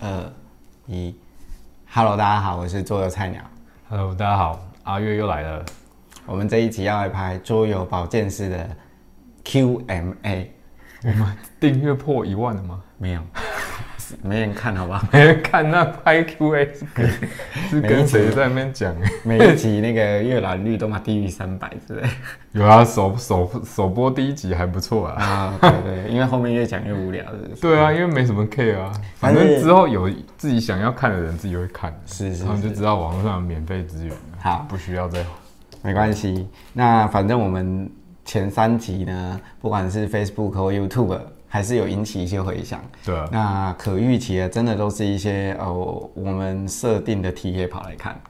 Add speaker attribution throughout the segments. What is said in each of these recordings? Speaker 1: 二一，Hello，大家好，我是桌游菜鸟。
Speaker 2: Hello，大家好，阿月又来了。
Speaker 1: 我们这一集要来拍桌游保健师的 Q&A，
Speaker 2: 我们订阅破一万了吗？
Speaker 1: 没有， 没人看好不好？
Speaker 2: 没人看那拍 Q&A 是 跟是
Speaker 1: 每一
Speaker 2: 跟
Speaker 1: 集
Speaker 2: 谁在那边讲？
Speaker 1: 每一集那个阅览率都嘛低于三百之类。
Speaker 2: 有啊，首首首播第一集还不错啊。
Speaker 1: 啊，对对，因为后面越讲越无聊，是不是？
Speaker 2: 对啊，因为没什么 care 啊，
Speaker 1: 反
Speaker 2: 反
Speaker 1: 正
Speaker 2: 正之后有自己想要看的人自己会看，
Speaker 1: 是是
Speaker 2: 他们就知道网络上有免费资源了，
Speaker 1: 好
Speaker 2: 不需要再
Speaker 1: 没关系。那反正我们前三集呢，不管是 Facebook 或 YouTube，还是有引起一些回响。
Speaker 2: 对啊，
Speaker 1: 那可预期的，真的都是一些呃我我们设定的题也跑来看，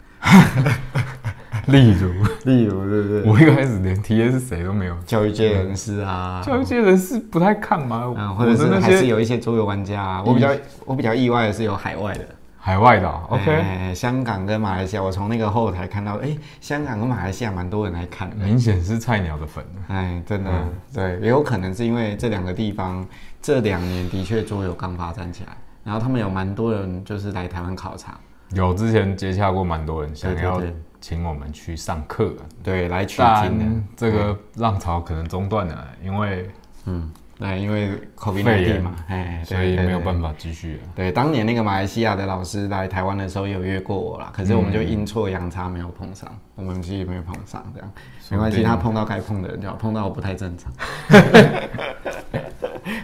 Speaker 2: 例如，
Speaker 1: 例如对不对？
Speaker 2: 我一开始连 TA 是谁都没有，
Speaker 1: 教育界人士啊，
Speaker 2: 教育界人是不太看吗？
Speaker 1: 啊，
Speaker 2: 我
Speaker 1: 或者
Speaker 2: 的
Speaker 1: 是
Speaker 2: 那
Speaker 1: 还是
Speaker 2: 些
Speaker 1: 有一些桌游玩家、啊。我比较我比较意外的是有海外的
Speaker 2: 海外的啊，OK，
Speaker 1: 哎香港跟马来西亚，我从那个后台看到，哎、香港跟马来西亚蛮多人来看的。
Speaker 2: 明显是菜鸟的粉。
Speaker 1: 哎，真的，
Speaker 2: 嗯
Speaker 1: 对，也有可能是因为这两个地方这两年的确桌游刚发展起来，然后他们有蛮多人就是来台湾考察，
Speaker 2: 有之前接洽过蛮多人想
Speaker 1: 对对
Speaker 2: 要
Speaker 1: 对
Speaker 2: 请我们去上课，
Speaker 1: 对，来取经的
Speaker 2: 但，这个浪潮可能中断了，因为
Speaker 1: 嗯，对，因为 COVID
Speaker 2: 肺
Speaker 1: 19
Speaker 2: 炎
Speaker 1: 嘛，哎，
Speaker 2: 所以没有
Speaker 1: 法。
Speaker 2: 办法继续了。
Speaker 1: 对，当年那个马来西亚的老师来台湾的时候也有约过我啦，可是我们就阴错阳差没有碰上，我们其实没有碰上，这样没关系，
Speaker 2: 说不定
Speaker 1: 他碰到该碰的人就好，碰到我不太正 常。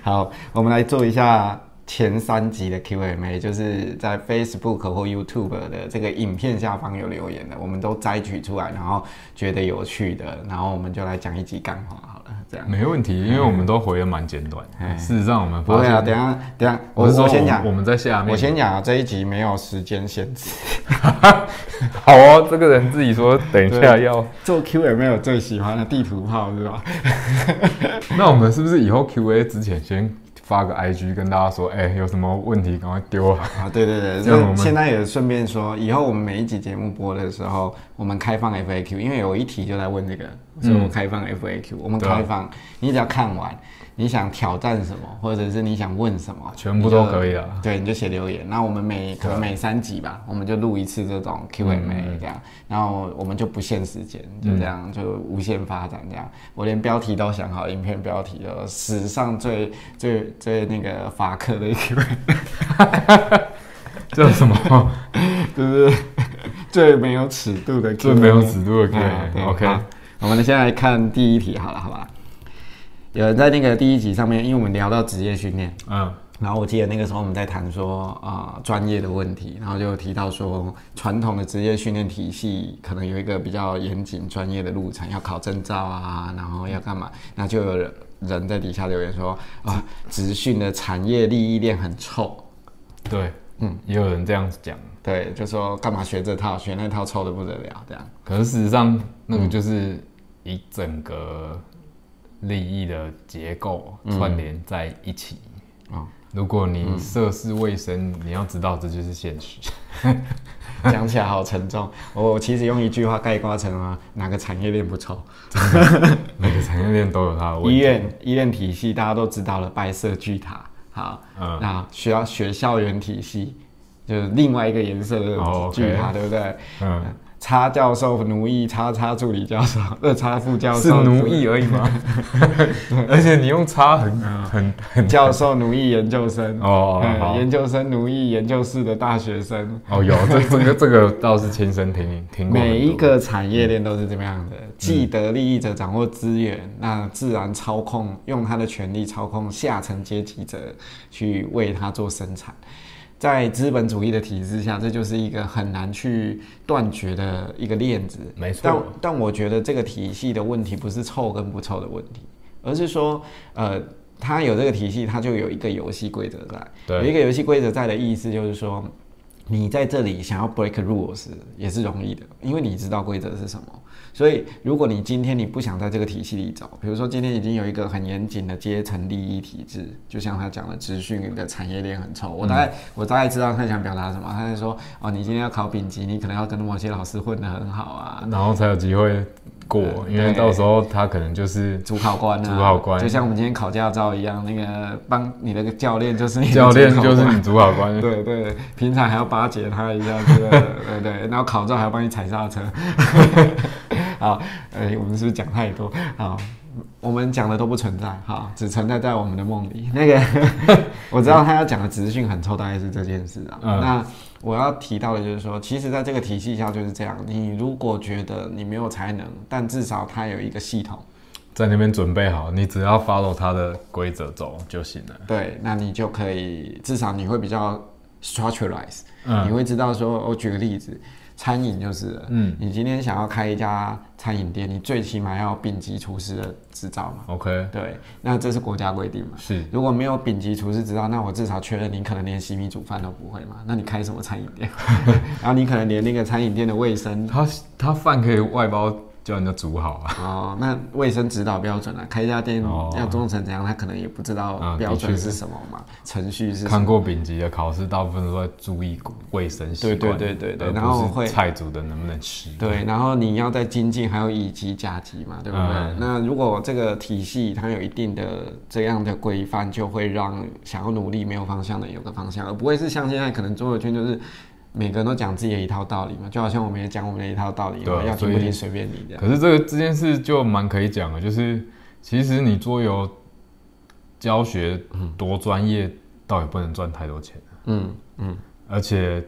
Speaker 1: 好，我们来做一下前三集的 Q&A，就是在 Facebook 或 YouTube 的这个影片下方有留言的，我们都摘取出来，然后觉得有趣的，然后我们就来讲一集干话好了，这样。
Speaker 2: 没问题，因为我们都回的蛮简短的。事实上，我们
Speaker 1: 不
Speaker 2: 发
Speaker 1: 哎会啊，
Speaker 2: 现，
Speaker 1: 等一下等一下，我
Speaker 2: 我是说
Speaker 1: 我先讲
Speaker 2: 我，们在下面，
Speaker 1: 我先讲啊，这一集没有时间限 制。
Speaker 2: 好哦。这个人自己说，等一下要。
Speaker 1: 做 Q 有没有最喜欢的地图炮是吧？
Speaker 2: 那我们是不是以后 Q&A 之前先发个 IG 跟大家说，哎，有什么问题赶快丢 啊？
Speaker 1: 啊，对对 对，
Speaker 2: 这样我
Speaker 1: 那
Speaker 2: 们
Speaker 1: 现在也顺便说，以后我们每一集节目播的时候，我们开放 FAQ，因为有一题就在问这个，所以我开放 FAQ，、我们
Speaker 2: 对啊
Speaker 1: 开放，你只要看完，你想挑战什么，或者是你想问什么，
Speaker 2: 全部都可
Speaker 1: 以。
Speaker 2: 以啊。
Speaker 1: 对，你就写留言。那我们每可能每三集吧，我们就录一次这种
Speaker 2: 嗯
Speaker 1: Q&A 这样，然后我们就不限时间，就这样、就无限发展这样。我连标题都想好，影片标题了，史上最最最那个 法克的 Q&A，
Speaker 2: 叫 什么
Speaker 1: 就是 最没有尺度的 Q&A，
Speaker 2: 最没有尺度的
Speaker 1: 啊对
Speaker 2: Q&A？OK，
Speaker 1: 好我们先来看第一题好了，好吧？有人在那个第一集上面，因为我们聊到职业训练，
Speaker 2: 嗯，
Speaker 1: 然后我记得那个时候我们在谈说啊专、业的问题，然后就提到说传统的职业训练体系可能有一个比较严谨专业的路程，要考证照啊，然后要干嘛，那就有人人在底下留言说啊，职训的产业利益链很臭，
Speaker 2: 对，嗯，也有人这样子讲。
Speaker 1: 对，就说干嘛学这套，学那套臭的不得了，这样，
Speaker 2: 可是事实上，那个就是一整个利益的结构串联在一起。
Speaker 1: 哦
Speaker 2: 如果你涉世未深，你要知道这就是现实。
Speaker 1: 讲起来好沉重。我其实用一句话概括成啊，哪个产业链不臭？
Speaker 2: 每个产业链都有它的问
Speaker 1: 医
Speaker 2: 题。
Speaker 1: 院医院体系大家都知道了，白色巨塔，好，
Speaker 2: 嗯
Speaker 1: 那学校学校园体系就是另外一个颜色的
Speaker 2: 哦，OK
Speaker 1: 巨塔，对不对？
Speaker 2: 嗯，
Speaker 1: 叉教授、奴役、叉叉助理教授、 二叉副教授、
Speaker 2: 是奴役而已吗？ 而且你用差很很很
Speaker 1: 教授、奴役研究生，
Speaker 2: 哦
Speaker 1: 嗯
Speaker 2: 好
Speaker 1: 研究生、奴役研究室的大学生，
Speaker 2: 哦，有这这个这个倒是亲身听听过很多。
Speaker 1: 每一个产业链都是这么样的，既得利益者掌握资源，那自然操控，用他的权力操控下层阶级者去为他做生产。在资本主义的体制下，这就是一个很难去断绝的一个链子。
Speaker 2: 没错
Speaker 1: 但但我觉得这个体系的问题不是臭跟不臭的问题，而是说，呃，它有这个体系，它就有一个游戏规则在。
Speaker 2: 对
Speaker 1: 有一个游戏规则在的意思就是说，你在这里想要 break rules 也是容易的，因为你知道规则是什么。所以，如果你今天你不想在这个体系里走，比如说今天已经有一个很严谨的阶层利益体制，就像他讲的，资讯的产业链很
Speaker 2: 嗯
Speaker 1: 臭。我大概、我大概知道他想表达什么，他在说哦，你今天要考丙级，你可能要跟某些老师混得很好啊，
Speaker 2: 然后才有机会过，因为到时候他可能就是
Speaker 1: 主考官啊，
Speaker 2: 主考官
Speaker 1: 就像我们今天考驾照一样，那个帮你那个教练就是你的
Speaker 2: 教练
Speaker 1: 主考
Speaker 2: 就
Speaker 1: 官
Speaker 2: 是你主考 官，
Speaker 1: 对对，平常还要巴结他一下，这个对对，然后考照还要帮你踩刹车。好，哎、我们是不是讲太多？好，我们讲的都不存在，好，只存在在我们的梦里。那个 我知道他要讲的资讯很臭，大概是这件事啊。
Speaker 2: 嗯
Speaker 1: 那我要提到的就是说，其实在这个体系下就是这样。你如果觉得你没有才能，但至少它有一个系统，
Speaker 2: 在那边准备好，你只要 follow 他的规则走就行了。
Speaker 1: 对，那你就可以至少你会比较 structuralize。你
Speaker 2: 嗯
Speaker 1: 会知道说，我举个例子，餐饮就是了，
Speaker 2: 嗯
Speaker 1: 你今天想要开一家餐饮店，你最起码要有丙级厨师的执照嘛，
Speaker 2: ，OK，
Speaker 1: 对，那这是国家规定嘛。
Speaker 2: 是
Speaker 1: 如果没有丙级厨师执照，那我至少确认你可能连洗米煮饭都不会嘛，那你开什么餐饮 店？然后你可能连那个餐饮店的卫生
Speaker 2: 他他饭可以外包叫人家煮好啊。
Speaker 1: 哦，那卫生指导标准啊，开一家店
Speaker 2: 哦
Speaker 1: 要做成怎样，他可能也不知道
Speaker 2: 啊
Speaker 1: 标准
Speaker 2: 的确
Speaker 1: 是什么嘛，程序是什么
Speaker 2: 看过丙级的考试，大部分都在注意卫生习惯，
Speaker 1: 对对对对对
Speaker 2: 而不是
Speaker 1: 然后会
Speaker 2: 菜煮的能不能吃？
Speaker 1: 对，然后你要在经济还有乙级、甲级嘛，对不对？
Speaker 2: 嗯
Speaker 1: 那如果这个体系它有一定的这样的规范，就会让想要努力没有方向的有个方向，而不会是像现在可能桌游圈就是每个人都讲自己的一套道理嘛，就好像我们也讲我们的一套道理
Speaker 2: 对
Speaker 1: 嘛，
Speaker 2: 啊
Speaker 1: 要听
Speaker 2: 所以
Speaker 1: 不听随便你这样。
Speaker 2: 可是这个这件事就蛮可以讲的，就是其实你桌游教学多专业，倒也不能赚太多钱，
Speaker 1: 嗯，
Speaker 2: 而且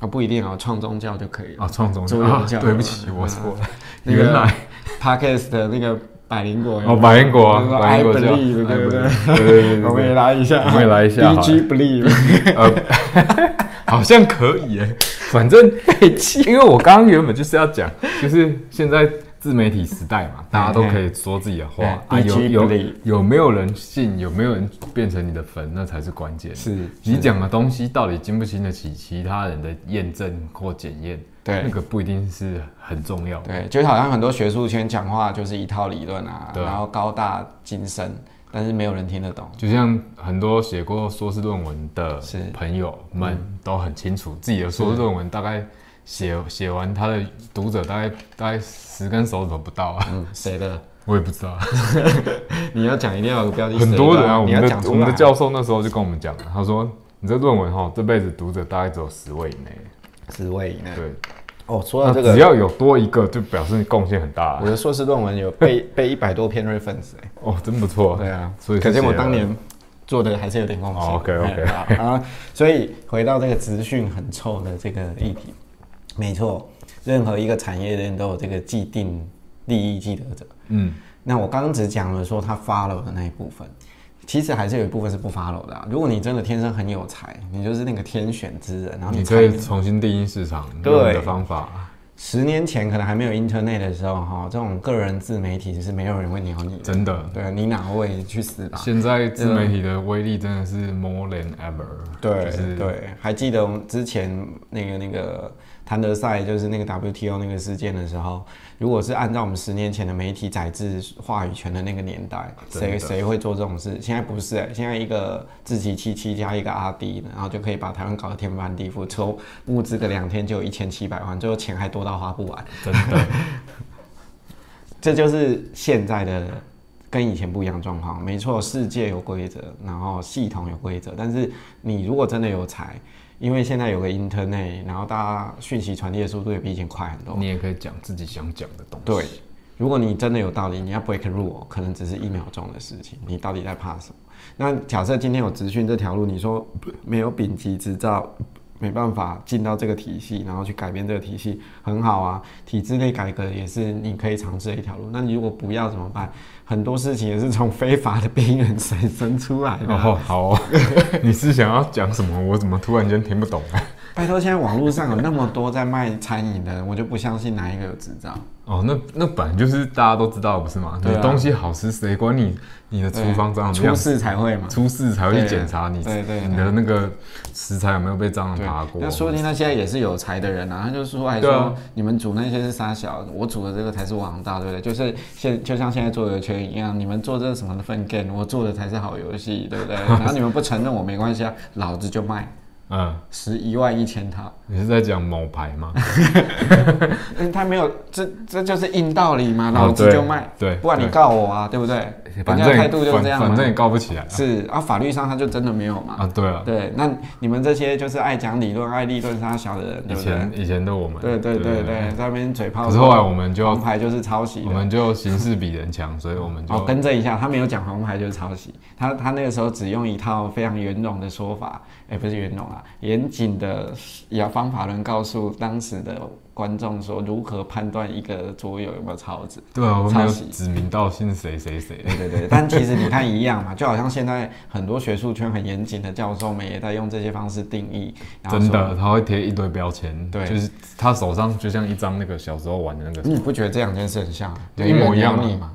Speaker 1: 啊不一定哦，创宗教就可以了。
Speaker 2: 啊，创总
Speaker 1: 桌游
Speaker 2: 啊，
Speaker 1: 教
Speaker 2: 对不起，
Speaker 1: 嗯
Speaker 2: 我错了，
Speaker 1: 那个
Speaker 2: 原来
Speaker 1: Parkes 的那个百灵果有没有
Speaker 2: 哦，百灵果啊
Speaker 1: 那个，
Speaker 2: 百
Speaker 1: I
Speaker 2: 灵果
Speaker 1: b e
Speaker 2: 就
Speaker 1: l i 对不对？
Speaker 2: 对对对
Speaker 1: 我们也
Speaker 2: 对
Speaker 1: 来一下，
Speaker 2: 我们也来一下好了
Speaker 1: BG Believe，
Speaker 2: 对，呃， 好像可以耶，反正
Speaker 1: 北气。
Speaker 2: 因为我刚刚原本就是要讲，就是现在自媒体时代嘛，大家都可以说自己的话
Speaker 1: 哎
Speaker 2: 啊，有有
Speaker 1: believe
Speaker 2: 有没有人信，有没有人变成你的粉，那 才是关键。
Speaker 1: 是
Speaker 2: 你讲的东西到底经不经得起其他人的验证或检验，
Speaker 1: 对
Speaker 2: 那个不一定是很重要。
Speaker 1: 对，就好像很多学术圈讲话就是一套理论啊，
Speaker 2: 对啊
Speaker 1: 然后高大精深，但是没有人听得懂。
Speaker 2: 就像很多写过硕士论文的
Speaker 1: 是嗯
Speaker 2: 朋友们都很清楚，自己的硕士论文大概写写完，他的读者大概大概十根手指头不到啊，
Speaker 1: 嗯，谁的？
Speaker 2: 我也不知道。
Speaker 1: 你要讲一定要有个标题。
Speaker 2: 很多人啊，我
Speaker 1: 你
Speaker 2: 们
Speaker 1: 要
Speaker 2: 的
Speaker 1: 讲
Speaker 2: 我
Speaker 1: 出
Speaker 2: 们
Speaker 1: 来
Speaker 2: 的。教授那时候就跟我们讲，他说你这论文哈，这辈子读者大概只有十位以 内，
Speaker 1: 职位以内。
Speaker 2: 对，
Speaker 1: 哦，说
Speaker 2: 那
Speaker 1: 到这个，
Speaker 2: 只要有多一个，就表示你贡献很大
Speaker 1: 我
Speaker 2: 啊。
Speaker 1: 的硕士论文有被 被一百多篇 reference 哎、
Speaker 2: 哦，真不错。
Speaker 1: 对啊，
Speaker 2: 所以是
Speaker 1: 可见我
Speaker 2: 写了
Speaker 1: 当年做的还是有点贡献。
Speaker 2: 哦，OK，OK
Speaker 1: 哎好啊，所以回到这个资讯很臭的这个议题，没错，任何一个产业链都有这个既定利益既得者。
Speaker 2: 嗯，
Speaker 1: 那我刚刚只讲了说他 follow 的那一部分，其实还是有一部分是不 follow 的、啊。如果你真的天生很有才，你就是那个天选之人，然后
Speaker 2: 你
Speaker 1: 你
Speaker 2: 可
Speaker 1: 才
Speaker 2: 以重新定义市场
Speaker 1: 对
Speaker 2: 用你的方法。
Speaker 1: 十年前可能还没有 internet 的时候，哈，这种个人自媒体就是没有人会鸟你的，
Speaker 2: 真的，
Speaker 1: 对啊你哪位去死吧？
Speaker 2: 现在自媒体的威力真的是 more than ever。
Speaker 1: 对、
Speaker 2: 就是
Speaker 1: 对，还记得我们之前那个那个谭德赛，就是那个 WTO 那个事件的时候，如果是按照我们十年前的媒体宰制话语权的那个年代，
Speaker 2: 啊真
Speaker 1: 谁
Speaker 2: 的
Speaker 1: 谁会做这种事？现在不是、欸，现在一个自己七七加一个阿迪，然后就可以把台湾搞得天翻地覆，抽募资个两天就有一千七百万，最后钱还多到花不完。
Speaker 2: 真的，
Speaker 1: 这就是现在的跟以前不一样的状况。没错，世界有规则，然后系统有规则，但是你如果真的有才，因为现在有个 internet，然后大家讯息传递的速度也比以前快很多。
Speaker 2: 你也可以讲自己想讲的东西。
Speaker 1: 对，如果你真的有道理，你要 break rule，可能只是一秒钟的事情，你到底在怕什么？那假设今天有职训这条路，你说没有丙级执照，没办法进到这个体系，然后去改变这个体系，很好啊。体制内改革也是你可以尝试的一条路。那你如果不要怎么办？很多事情也是从非法的边缘产生出来的啊、
Speaker 2: 然后好哦， 你是想要讲什么？我怎么突然间听不懂啊？
Speaker 1: 拜托，现在网络上有那么多在卖餐饮的人，我就不相信哪一个有执照。
Speaker 2: 哦，那那本来就是大家都知道，不是吗？
Speaker 1: 对啊
Speaker 2: 你东西好吃，谁管你你的厨房长什
Speaker 1: 出
Speaker 2: 么样？
Speaker 1: 事才会嘛。
Speaker 2: 出事才会去检查你
Speaker 1: 对对对
Speaker 2: 你的那个食材有没有被蟑螂
Speaker 1: 对
Speaker 2: 爬，过
Speaker 1: 那。说不定他现在也是有才的人啊，他就说还说、
Speaker 2: 对啊
Speaker 1: 你们煮那些是傻小，我煮的这个才是王道，对不对？就是现就像现在做游圈一样，你们做这个什 么的粪 game，我做的才是好游戏，对不对？然后你们不承认我没关系啊，老子就卖。
Speaker 2: 嗯，
Speaker 1: 十一万一千套，
Speaker 2: 你是在讲某牌吗？
Speaker 1: 嗯，他没有，这这就是硬道理嘛，
Speaker 2: 啊
Speaker 1: 老子
Speaker 2: 对
Speaker 1: 就卖，
Speaker 2: 对
Speaker 1: 不然你
Speaker 2: 对
Speaker 1: 告我啊，对不对？
Speaker 2: 反
Speaker 1: 人家
Speaker 2: 正
Speaker 1: 态度就是
Speaker 2: 反
Speaker 1: 这样
Speaker 2: 反
Speaker 1: 嘛
Speaker 2: 正，也告不起来啊
Speaker 1: 是啊，法律上他就真的没有嘛。
Speaker 2: 啊。对啊，
Speaker 1: 对，那你们这些就是爱讲理论、爱立论杀小的人，
Speaker 2: 以
Speaker 1: 对不对？
Speaker 2: 前以前的我们，
Speaker 1: 对对对对，在那边嘴炮。
Speaker 2: 可是后来我们就
Speaker 1: 黄牌就是抄袭
Speaker 2: 我
Speaker 1: 的。
Speaker 2: 们就形势比人强，所以我们就
Speaker 1: 哦，更正一下，他没有讲黄牌就是抄袭，他他那个时候只用一套非常圆融的说法，哎、不是圆融啊，严谨的也方法论告诉当时的观众说如何判断一个桌游有没有抄袭。
Speaker 2: 对啊，我们
Speaker 1: 抄
Speaker 2: 有
Speaker 1: 袭
Speaker 2: 指名道姓谁谁谁。
Speaker 1: 对对对，但其实你看一样嘛，就好像现在很多学术圈很严谨的教授们也在用这些方式定义，然后
Speaker 2: 真
Speaker 1: 说
Speaker 2: 的，他会贴一堆标签，
Speaker 1: 对
Speaker 2: 就是他手上就像一张那个小时候玩的那个，
Speaker 1: 嗯你不觉得这两件事很像？
Speaker 2: 对一模一
Speaker 1: 有
Speaker 2: 样
Speaker 1: 人
Speaker 2: 嘛
Speaker 1: 鸟你吗？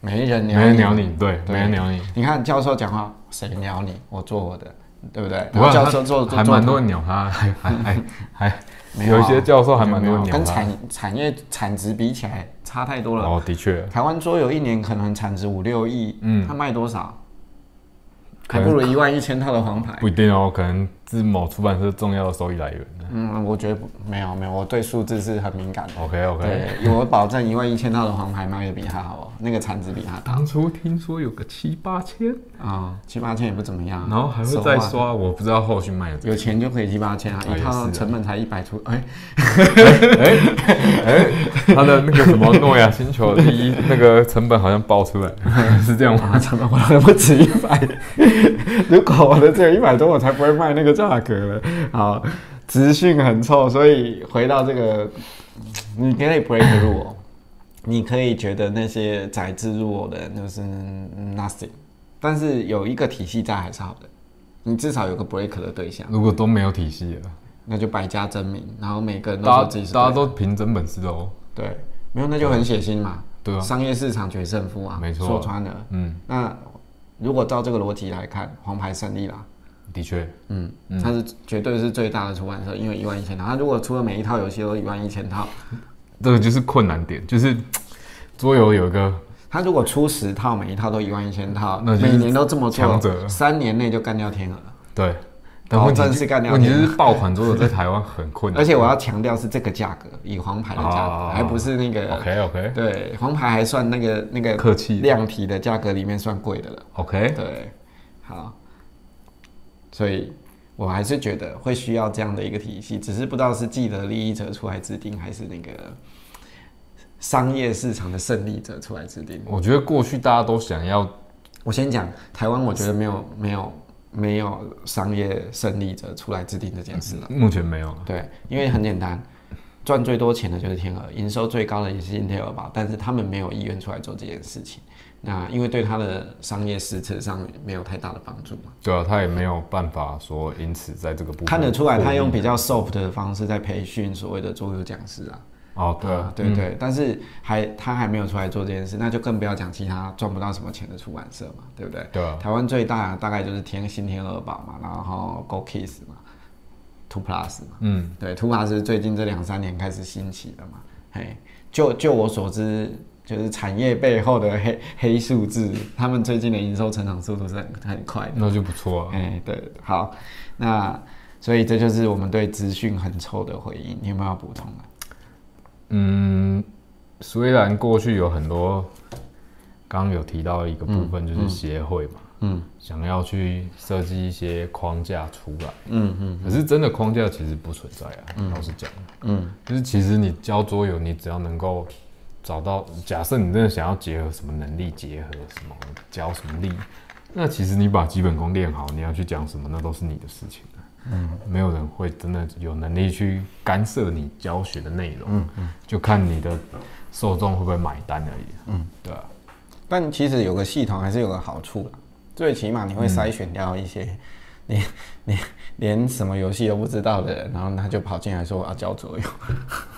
Speaker 1: 没人
Speaker 2: 没
Speaker 1: 鸟
Speaker 2: 人
Speaker 1: 你
Speaker 2: 鸟。你，对，
Speaker 1: 对
Speaker 2: 没人鸟你，
Speaker 1: 你看教授讲话，谁鸟你？我做我的，对不对？
Speaker 2: 不
Speaker 1: 然
Speaker 2: 过
Speaker 1: 后教
Speaker 2: 他
Speaker 1: 授做做
Speaker 2: 还蛮多
Speaker 1: 做
Speaker 2: 人鸟他，还还还还
Speaker 1: 没
Speaker 2: 有一
Speaker 1: 啊
Speaker 2: 些教授还蛮
Speaker 1: 没有
Speaker 2: 多人
Speaker 1: 没有
Speaker 2: 鸟
Speaker 1: 跟
Speaker 2: 他。
Speaker 1: 产产业产值比起来差太 多了。
Speaker 2: 哦，的确，
Speaker 1: 台湾桌游一年可能产值五六亿，嗯，
Speaker 2: 嗯
Speaker 1: 它卖多少？
Speaker 2: 可
Speaker 1: 还
Speaker 2: 能
Speaker 1: 不如一万一千套的黄牌。
Speaker 2: 不一定哦，可能是某出版社重要的收益来源。
Speaker 1: 嗯，我觉得不没有没有，我对数字是很敏感的。
Speaker 2: OK OK。
Speaker 1: 对，我保证一万一千套的黄牌卖的比他好哦，那个产值比他大
Speaker 2: 当初听说有个七八千，
Speaker 1: 啊，七八千也不怎么样啊，
Speaker 2: 然后还会
Speaker 1: 手
Speaker 2: 再
Speaker 1: 腕
Speaker 2: 刷，我不知道后续卖的怎么
Speaker 1: 有钱就可以七八千啊，
Speaker 2: 啊
Speaker 1: 一套
Speaker 2: 也是啊
Speaker 1: 成本才一百出，哎、
Speaker 2: 样。哎，他的那个什么诺亚星球第一那个成本好像爆 出来，是这样吗？
Speaker 1: 啊，成本我都不止一百。 如果我的只有一百多，我才不会卖那个价格了。好，资讯很臭，所以回到这个，你可以 break 入我，你可以觉得那些宰制入我的人就是 nothing，但是有一个体系在还是好的，你至少有个 break 的对象，
Speaker 2: 如果都没有体系了，
Speaker 1: 那就百家争鸣，然后每个人都
Speaker 2: 大
Speaker 1: 说
Speaker 2: 家
Speaker 1: 自己是
Speaker 2: 大家
Speaker 1: 对的
Speaker 2: 都凭真本事的哦。
Speaker 1: 对，没有那就很血腥嘛。
Speaker 2: 对啊，
Speaker 1: 商业市场决胜负啊，
Speaker 2: 没错
Speaker 1: 说穿了，
Speaker 2: 嗯，
Speaker 1: 那如果照这个逻辑来看，黄牌胜利啦，
Speaker 2: 的确，
Speaker 1: 嗯，它是绝对是最大的出版社，因为一万一千套。它如果出了每一套游戏都一万一千套，
Speaker 2: 这个就是困难点，就是桌游有一个
Speaker 1: 它如果出十套，每一套都一万一千套，
Speaker 2: 那就是
Speaker 1: 每年都这么
Speaker 2: 强
Speaker 1: 做，
Speaker 2: 者
Speaker 1: 三年内就干掉天鹅。
Speaker 2: 对，但
Speaker 1: 保
Speaker 2: 问题
Speaker 1: 证是干掉
Speaker 2: 问题
Speaker 1: 天鹅。
Speaker 2: 是爆款桌游在台湾很困 难，
Speaker 1: 而 且我要强调是这个价格，以黄牌的价格，
Speaker 2: 哦
Speaker 1: 还不是那个
Speaker 2: OK OK
Speaker 1: 对黄牌还算那个那个
Speaker 2: 客气
Speaker 1: 呃量体的价格里面算贵的了。
Speaker 2: OK，
Speaker 1: 对，好，所以我还是觉得会需要这样的一个体系，只是不知道是既得利益者出来制定，还是那个商业市场的胜利者出来制定。
Speaker 2: 我觉得过去大家都想要
Speaker 1: 我先讲台湾，我觉得没有没有没有商业胜利者出来制定这件事了。
Speaker 2: 目前没有，
Speaker 1: 对，因为很简单。赚最多钱的就是天鹅，营收最高的也是 Intel 吧，但是他们没有意愿出来做这件事情，那因为对他的商业实质上没有太大的帮助嘛。
Speaker 2: 对啊，他也没有办法说因此在这个部分
Speaker 1: 看得出来，他用
Speaker 2: 获利
Speaker 1: 比较 soft 的方式在培训所谓的桌游讲师啊，
Speaker 2: 哦对啊
Speaker 1: 对对，但是还他还没有出来做这件事，那就更不要讲其他赚不到什么钱的出版社嘛，对不对？
Speaker 2: 对啊，
Speaker 1: 台湾最大的大概就是天新天鹅堡嘛，然后 Go Kiss 嘛，Two Plus 嘛，
Speaker 2: 嗯，
Speaker 1: 对，Two Plus 最近这两三年开始兴起的嘛，嘿，就就我所知。就是产业背后的黑黑数字，他们最近的营收成长速度是很很快的。
Speaker 2: 那就不错啊，
Speaker 1: 哎、对，好，那所以这就是我们对资讯很臭的回应。你有没有要补充啊的？
Speaker 2: 嗯，虽然过去有很多刚刚有提到一个部分就是协会嘛，
Speaker 1: 嗯
Speaker 2: 想要去设计一些框架出来。
Speaker 1: 嗯嗯
Speaker 2: 可是真的框架其实不存在啊，老实讲，
Speaker 1: 嗯，
Speaker 2: 就是其实你教桌游，你只要能够找到，假设你真的想要结合什么能力，结合什么教什么力，那其实你把基本功练好，你要去讲什么，那都是你的事情啊没有人会真的有能力去干涉你教学的内容，
Speaker 1: 嗯
Speaker 2: 就看你的受众会不会买单而已，嗯，对啊，
Speaker 1: 但其实有个系统还是有个好处啦，最起码你会筛选掉一些连、连连什么游戏都不知道的人，然后他就跑进来说我要教左右。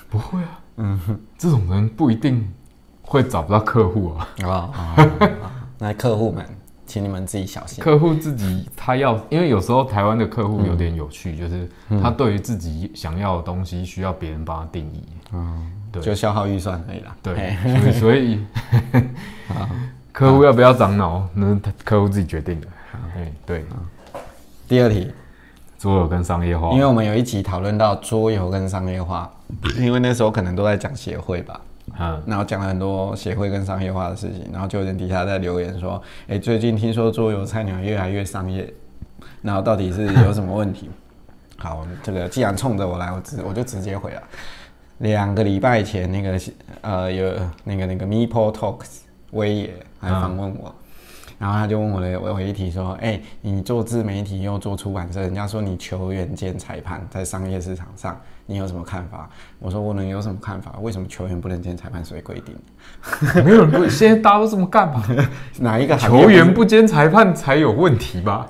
Speaker 2: 不会啊，嗯，这种人不一定会找不到客户啊，
Speaker 1: 哦， 那客户们，请你们自己小心。
Speaker 2: 客户自己他要，因为有时候台湾的客户有点有
Speaker 1: 嗯
Speaker 2: 趣，就是他对于自己想要的东西需要别人帮他定义。对
Speaker 1: 就消耗预算而已啦。嘿
Speaker 2: 对，所以所以客户要
Speaker 1: 嗯
Speaker 2: 不要长脑，那他客户自己决定的。哎，对，
Speaker 1: 第二题，
Speaker 2: 桌游跟商业化
Speaker 1: 因。为我们有一集讨论到桌游跟商业化，因为那时候可能都在讲协会吧，
Speaker 2: 嗯，
Speaker 1: 然后讲了很多协会跟商业化的事情，然后就有人底下在留言说，哎、最近听说桌游菜鸟越来越商业，然后到底是有什么问题？ 好，这个既然冲着我来，我直我就直接回了。两个礼拜前那个呃有那个那个 Meeple Talks 威爷来访问我。然后他就问我的我我一题说，哎、你做自媒体又做出版社，人家说你球员兼裁判，在商业市场上你有什么看法？我说我能有什么看法？为什么球员不能兼裁判？谁规定？
Speaker 2: 没有人不，现在大家都这么干吧？
Speaker 1: 哪一个行业
Speaker 2: 球员
Speaker 1: 是？
Speaker 2: 不兼裁判才有问题吧？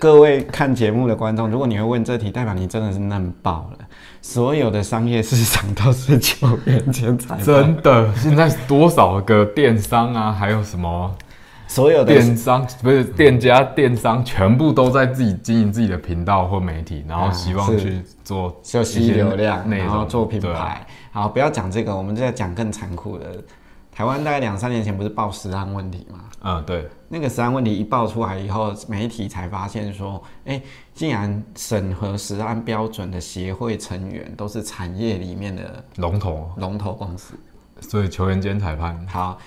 Speaker 1: 各位看节目的观众，如果你会问这题，代表你真的是嫩爆了。所有的商业市场都是球员兼裁判，
Speaker 2: 真的，现在多少个电商啊，还有什么
Speaker 1: 所有的
Speaker 2: 电商不是店家、电商，全部都在自己经营自己的频道或媒体，然后希望
Speaker 1: 是
Speaker 2: 去做
Speaker 1: 就吸流量，
Speaker 2: 内
Speaker 1: 然后
Speaker 2: 容
Speaker 1: 做品。
Speaker 2: 对啊
Speaker 1: 牌。好，不要讲这个，我们就在讲更残酷的。台湾大概两三年前不是爆食安问题吗？
Speaker 2: 嗯，对，
Speaker 1: 那个食安问题一爆出来以后，媒体才发现说，哎、竟然审核食安标准的协会成员都是产业里面的
Speaker 2: 龙头，
Speaker 1: 龙头公司。
Speaker 2: 所以球员兼裁判，
Speaker 1: 好，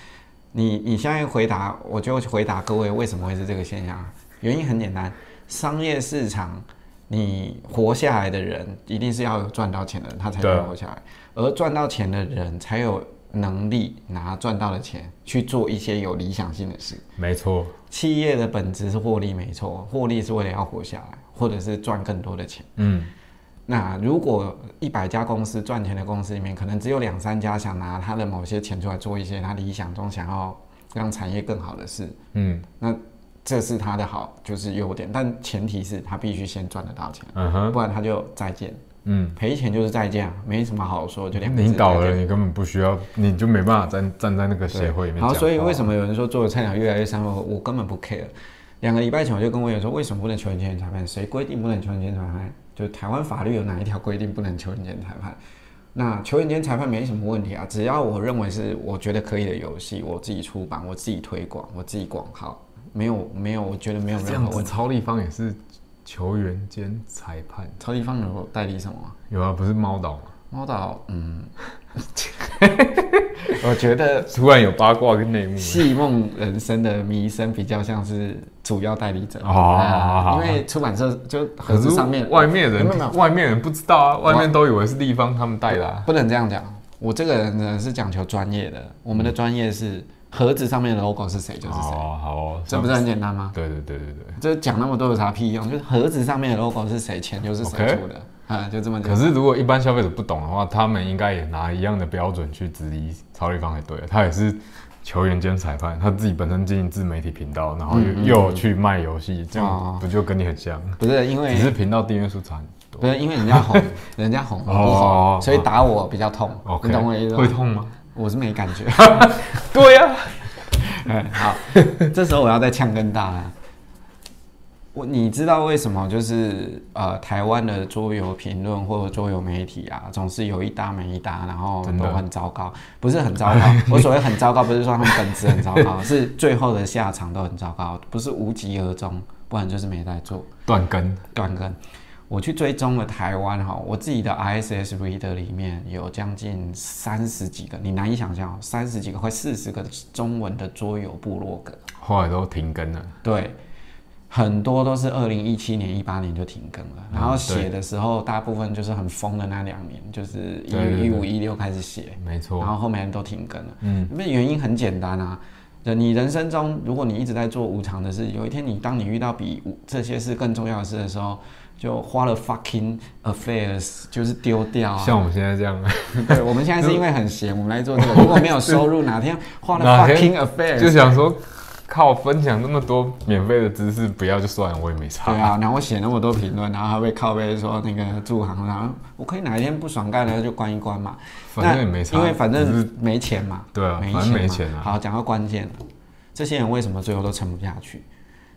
Speaker 1: 你你现在回答，我就回答各位为什么会是这个现象啊？原因很简单，商业市场你活下来的人，一定是要有赚到钱的人，他才
Speaker 2: 对
Speaker 1: 能活下来，而赚到钱的人才有能力拿赚到的钱去做一些有理想性的事。
Speaker 2: 没错，
Speaker 1: 企业的本质是获利，没错，获利是为了要活下来，或者是赚更多的钱。
Speaker 2: 嗯，
Speaker 1: 那如果一百家公司赚钱的公司里面，可能只有两三家想拿他的某些钱出来做一些他理想中想要让产业更好的事，
Speaker 2: 嗯，
Speaker 1: 那这是他的好，就是优点。但前提是他必须先赚得到钱，
Speaker 2: 嗯哼，
Speaker 1: 不然他就再见，
Speaker 2: 嗯。
Speaker 1: 赔钱就是再见啊，没什么好说，就两个字
Speaker 2: 你倒
Speaker 1: 再
Speaker 2: 了，
Speaker 1: 见
Speaker 2: 你根本不需要，你就没办法站站在那个协会里面
Speaker 1: 好，
Speaker 2: 讲。啊
Speaker 1: 所以为什么有人说做的菜鸟越来越商业化？我根本不 care。两个礼拜前我就跟我友说，为什么不能球员兼裁判？谁规定不能球员兼裁判？就台湾法律有哪一条规定不能球员兼裁判？那球员兼裁判没什么问题啊，只要我认为是我觉得可以的游戏，我自己出版，我自己推广，我自己广告，没有没有，我觉得没有
Speaker 2: 这
Speaker 1: 任
Speaker 2: 样
Speaker 1: 何
Speaker 2: 子，
Speaker 1: 问题。
Speaker 2: 超立方也是球员兼裁判，
Speaker 1: 超级方有代理什么啊？
Speaker 2: 有啊，不是猫岛吗？
Speaker 1: 猫岛，嗯，我觉得
Speaker 2: 突然有八卦跟内幕了，
Speaker 1: 戏梦人生的迷生比较像是主要代理者啊
Speaker 2: 哦好好好
Speaker 1: 因为出版社就合
Speaker 2: 可是
Speaker 1: 资上面
Speaker 2: 外面人
Speaker 1: 没有没有
Speaker 2: 外面人不知道啊，外面都以为是立方他们带的啊。
Speaker 1: 不能这样讲。我这个人呢是讲求专业的，我们的专业是盒子上面的 logo 是谁就是谁，
Speaker 2: 哦，好哦，
Speaker 1: 这不是很简单吗？
Speaker 2: 对对对对对。
Speaker 1: 这讲那么多有啥屁用？就是盒子上面的 logo 是谁，钱就是谁
Speaker 2: OK
Speaker 1: 出的啊，就这么简单。
Speaker 2: 可是如果一般消费者不懂的话，他们应该也拿一样的标准去质疑超立方才对啊。他也是球员兼裁判，他自己本身经营自媒体频道，然后又、
Speaker 1: 嗯
Speaker 2: 又去卖游戏，这样
Speaker 1: 哦
Speaker 2: 不就跟你很像？
Speaker 1: 不是因为
Speaker 2: 只是频道订阅数差很多。
Speaker 1: 不是因为人家 红，人家红我不
Speaker 2: 哦
Speaker 1: 红，所以打我比较痛，
Speaker 2: OK，
Speaker 1: 你懂我意思吗啊
Speaker 2: 会？痛吗？
Speaker 1: 我是没感觉。
Speaker 2: 对呀、
Speaker 1: 哎好， 这时候我要再呛更大了。我你知道为什么就是呃台湾的桌游评论或者桌游媒体啊，总是有一搭没一搭，然后
Speaker 2: 真
Speaker 1: 都
Speaker 2: 的
Speaker 1: 很糟糕，不是很糟 糕。我所谓很糟糕，不是说他们本质很糟糕， 是最后的下场都很糟糕，不是无疾而终，不然就是没在做。
Speaker 2: 断更。
Speaker 1: 断更。我去追踪了台湾哈，我自己的 ISS Reader 里面有将近三十几个，你难以想象哦，三十几个快四十个中文的桌游部落格，
Speaker 2: 后来都停更了，
Speaker 1: 对，很多都是二零一七年、一八年就停更了，然后
Speaker 2: 嗯对
Speaker 1: 写的时候大部分就是很疯的那两年，就是
Speaker 2: 对对对
Speaker 1: 一一五一六开始写，
Speaker 2: 没
Speaker 1: 然
Speaker 2: 错，
Speaker 1: 后后面都停更了。
Speaker 2: 嗯
Speaker 1: 嗯，那原因很简单啊，人你人生中，如果你一直在做无常的事，有一天你当你遇到比无这些事更重要的事的时候，就花了 fucking affairs 就是丢掉啊。
Speaker 2: 像我们现在这样，
Speaker 1: 对，我们现在是因为很闲，我们来做 这个。如果没有收入，哪天花了
Speaker 2: 哪
Speaker 1: fucking
Speaker 2: 天
Speaker 1: affairs
Speaker 2: 就想说靠分享那么多免费的知识，不要就算了，我也没
Speaker 1: 对
Speaker 2: 差。
Speaker 1: 啊，然后我写那么多评论，然后还被靠背说那个驻航，然后我可以哪一天不爽干了就关一关嘛，
Speaker 2: 反正也没差
Speaker 1: 那因为反
Speaker 2: 只
Speaker 1: 正
Speaker 2: 是
Speaker 1: 没钱嘛，
Speaker 2: 对啊
Speaker 1: 没
Speaker 2: 反正没钱
Speaker 1: 嘛
Speaker 2: 啊
Speaker 1: 好，讲到关键了，这些人为什么最后都撑不下去？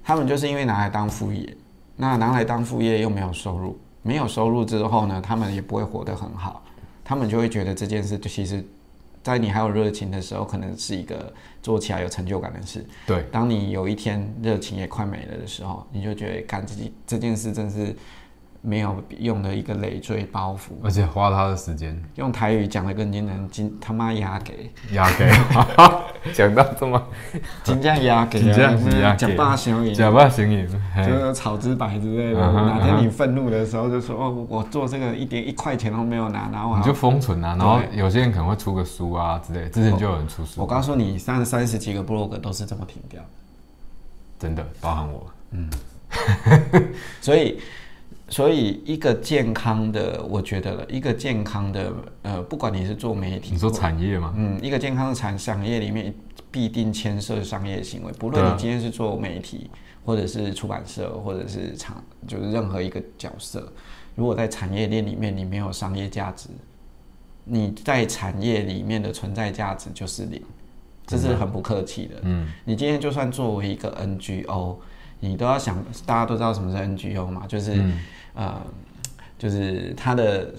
Speaker 1: 他们就是因为拿来当副业，那拿来当副业又没有收入，没有收入之后呢，他们也不会活得很好，他们就会觉得这件事其实，在你还有热情的时候，可能是一个做起来有成就感的事。
Speaker 2: 对，
Speaker 1: 当你有一天热情也快没了的时候，你就觉得干自己这件事真是没有用的一个累赘包袱。
Speaker 2: 而且花他的时间
Speaker 1: 用台语讲的更艰难，金他妈压给，
Speaker 2: 压 给，讲到这么
Speaker 1: 金价压给，啊
Speaker 2: 真正是压给
Speaker 1: 讲霸行
Speaker 2: 假
Speaker 1: 赢，
Speaker 2: 扮行影，嘿
Speaker 1: 就是草之白之类的。
Speaker 2: 嗯哼
Speaker 1: 哪
Speaker 2: 嗯
Speaker 1: 天
Speaker 2: 哼
Speaker 1: 你愤怒的时候，就说哦，我做这个一点一块钱都没有拿，然后我
Speaker 2: 你
Speaker 1: 还
Speaker 2: 就封存啊，然后
Speaker 1: 对
Speaker 2: 有些人可能会出个书啊之类，之前就有人出
Speaker 1: 我
Speaker 2: 书，
Speaker 1: 告诉你，三三十几个 blog 都是这么停掉的。
Speaker 2: 真的包含我，
Speaker 1: 所以，所以一个健康的，我觉得了一个健康的，呃，不管你是做媒体，
Speaker 2: 你说产业吗？
Speaker 1: 嗯，一个健康的产产业里面必定牵涉商业行为，不
Speaker 2: 对
Speaker 1: 论
Speaker 2: 啊
Speaker 1: 你今天是做媒体，或者是出版社，或者是厂，就是任何一个角色，如果在产业链里面你没有商业价值，你在产业里面的存在价值就是零，这是很不客气的。
Speaker 2: 嗯，
Speaker 1: 你今天就算作为一个 NGO，你都要想，大家都知道什么是 NGO 嘛，就是、
Speaker 2: 嗯
Speaker 1: 呃，就是它的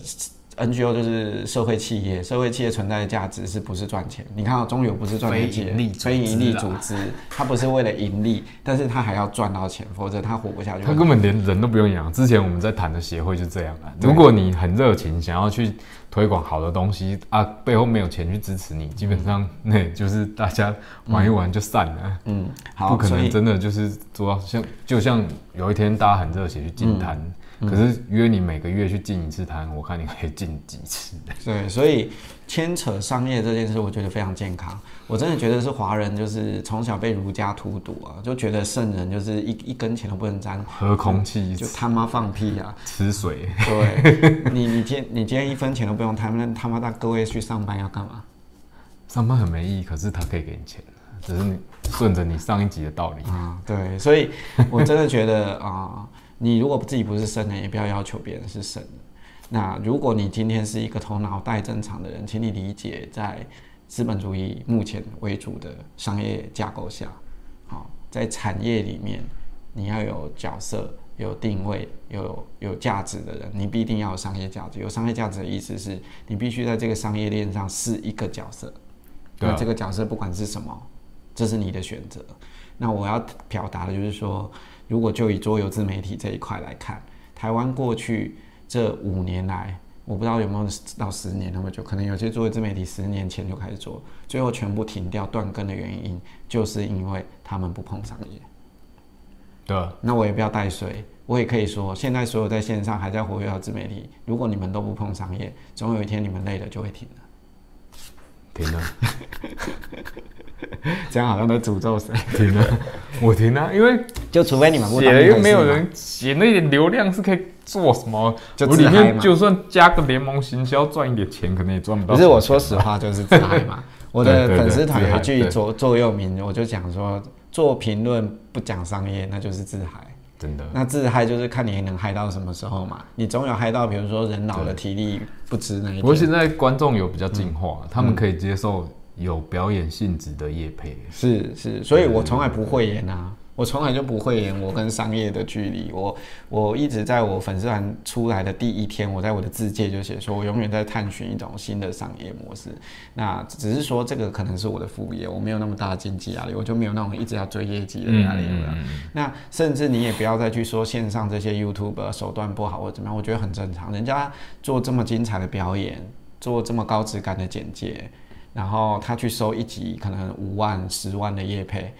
Speaker 1: NGO 就是社会企业，社会企业存在的价值是不是赚钱？你看到哦中油不是赚钱企业
Speaker 2: 非盈利组织啊
Speaker 1: 非盈利组织，它不是为了盈利，但是它还要赚到钱，否则它活不下去
Speaker 2: 他。根本连人都不用养。之前我们在谈的协会就这样啊。如果你很热情，想要去推广好的东西啊，背后没有钱去支持你，基本上 那、就是大家玩一玩就散了，
Speaker 1: 嗯，
Speaker 2: 不
Speaker 1: 好，
Speaker 2: 可
Speaker 1: 所
Speaker 2: 能
Speaker 1: 以
Speaker 2: 真的就是做到像就像有一天大家很热血去
Speaker 1: 嗯
Speaker 2: 进摊，可是约你每个月去进一次摊，我看你可以进几次。
Speaker 1: 对，所以牵扯商业这件事，我觉得非常健康。我真的觉得是华人，就是从小被儒家荼毒啊，就觉得圣人就是一一根钱都不能沾，
Speaker 2: 喝空气，
Speaker 1: 就他妈放屁 啊！
Speaker 2: 吃水，
Speaker 1: 对你，你今你今天一分钱都不用贪，那他妈的各位去上班要干嘛？
Speaker 2: 上班很没意义，可是他可以给你钱，只是你顺着你上一集的道理。
Speaker 1: 啊、对，所以我真的觉得啊、你如果自己不是圣人，也不要要求别人是圣人。那如果你今天是一个头脑带正常的人，请你理解，在资本主义目前为主的商业架构下，好、在产业里面，你要有角色、有定位、有有价值的人，你必定要有商业价值。有商业价值的意思是你必须在这个商业链上是一个角色。
Speaker 2: 对啊
Speaker 1: 那这个角色不管是什么，这是你的选择。那我要表达的就是说，如果就以桌游自媒体这一块来看，台湾过去这五年来，我不知道有没有到十年那么久，可能有些桌游自媒体十年前就开始做，最后全部停掉断更的原因，就是因为他们不碰商业。
Speaker 2: 对啊，
Speaker 1: 那我也不要带水，我也可以说，现在所有在线上还在活跃的自媒体，如果你们都不碰商业，总有一天你们累了就会停了。
Speaker 2: 停了。
Speaker 1: 这样好像在诅咒谁？
Speaker 2: 停啊，我停啊，因为
Speaker 1: 就除非你们不
Speaker 2: 写
Speaker 1: 当
Speaker 2: 了
Speaker 1: 一回
Speaker 2: 又
Speaker 1: 事
Speaker 2: 没有
Speaker 1: 嘛
Speaker 2: 人写，那点流量是可以做什么？
Speaker 1: 就
Speaker 2: 我
Speaker 1: 自
Speaker 2: 里
Speaker 1: 嗨
Speaker 2: 面
Speaker 1: 嘛
Speaker 2: 就算加个联盟行销赚一点钱，可能也赚不到。
Speaker 1: 不是我说实话就是自嗨 嘛。我的
Speaker 2: 对对对
Speaker 1: 粉丝团有一
Speaker 2: 自
Speaker 1: 句
Speaker 2: 嗨
Speaker 1: 座座右铭，我就讲说，做评论不讲商业，那就是自嗨。
Speaker 2: 真的，
Speaker 1: 那自嗨就是看你能嗨到什么时候嘛。你总有嗨到，比如说人老了
Speaker 2: 对
Speaker 1: 体力不支那一
Speaker 2: 不过
Speaker 1: 天。
Speaker 2: 现在观众有比较进化，
Speaker 1: 嗯
Speaker 2: 他们可以接受有表演性质的业配。
Speaker 1: 是是，所以我从来不会演啊，我从来就不会演我跟商业的距离。我我一直在我粉丝团出来的第一天，我在我的字界就写说，我永远在探寻一种新的商业模式。那只是说这个可能是我的副业，我没有那么大的经济压力，我就没有那种一直要追业绩的压
Speaker 2: 嗯
Speaker 1: 力啊了。那甚至你也不要再去说线上这些 YouTube 手段不好或者怎么样，我觉得很正常。人家做这么精彩的表演，做这么高质感的简介，然后他去收一集可能五万、十万的业配，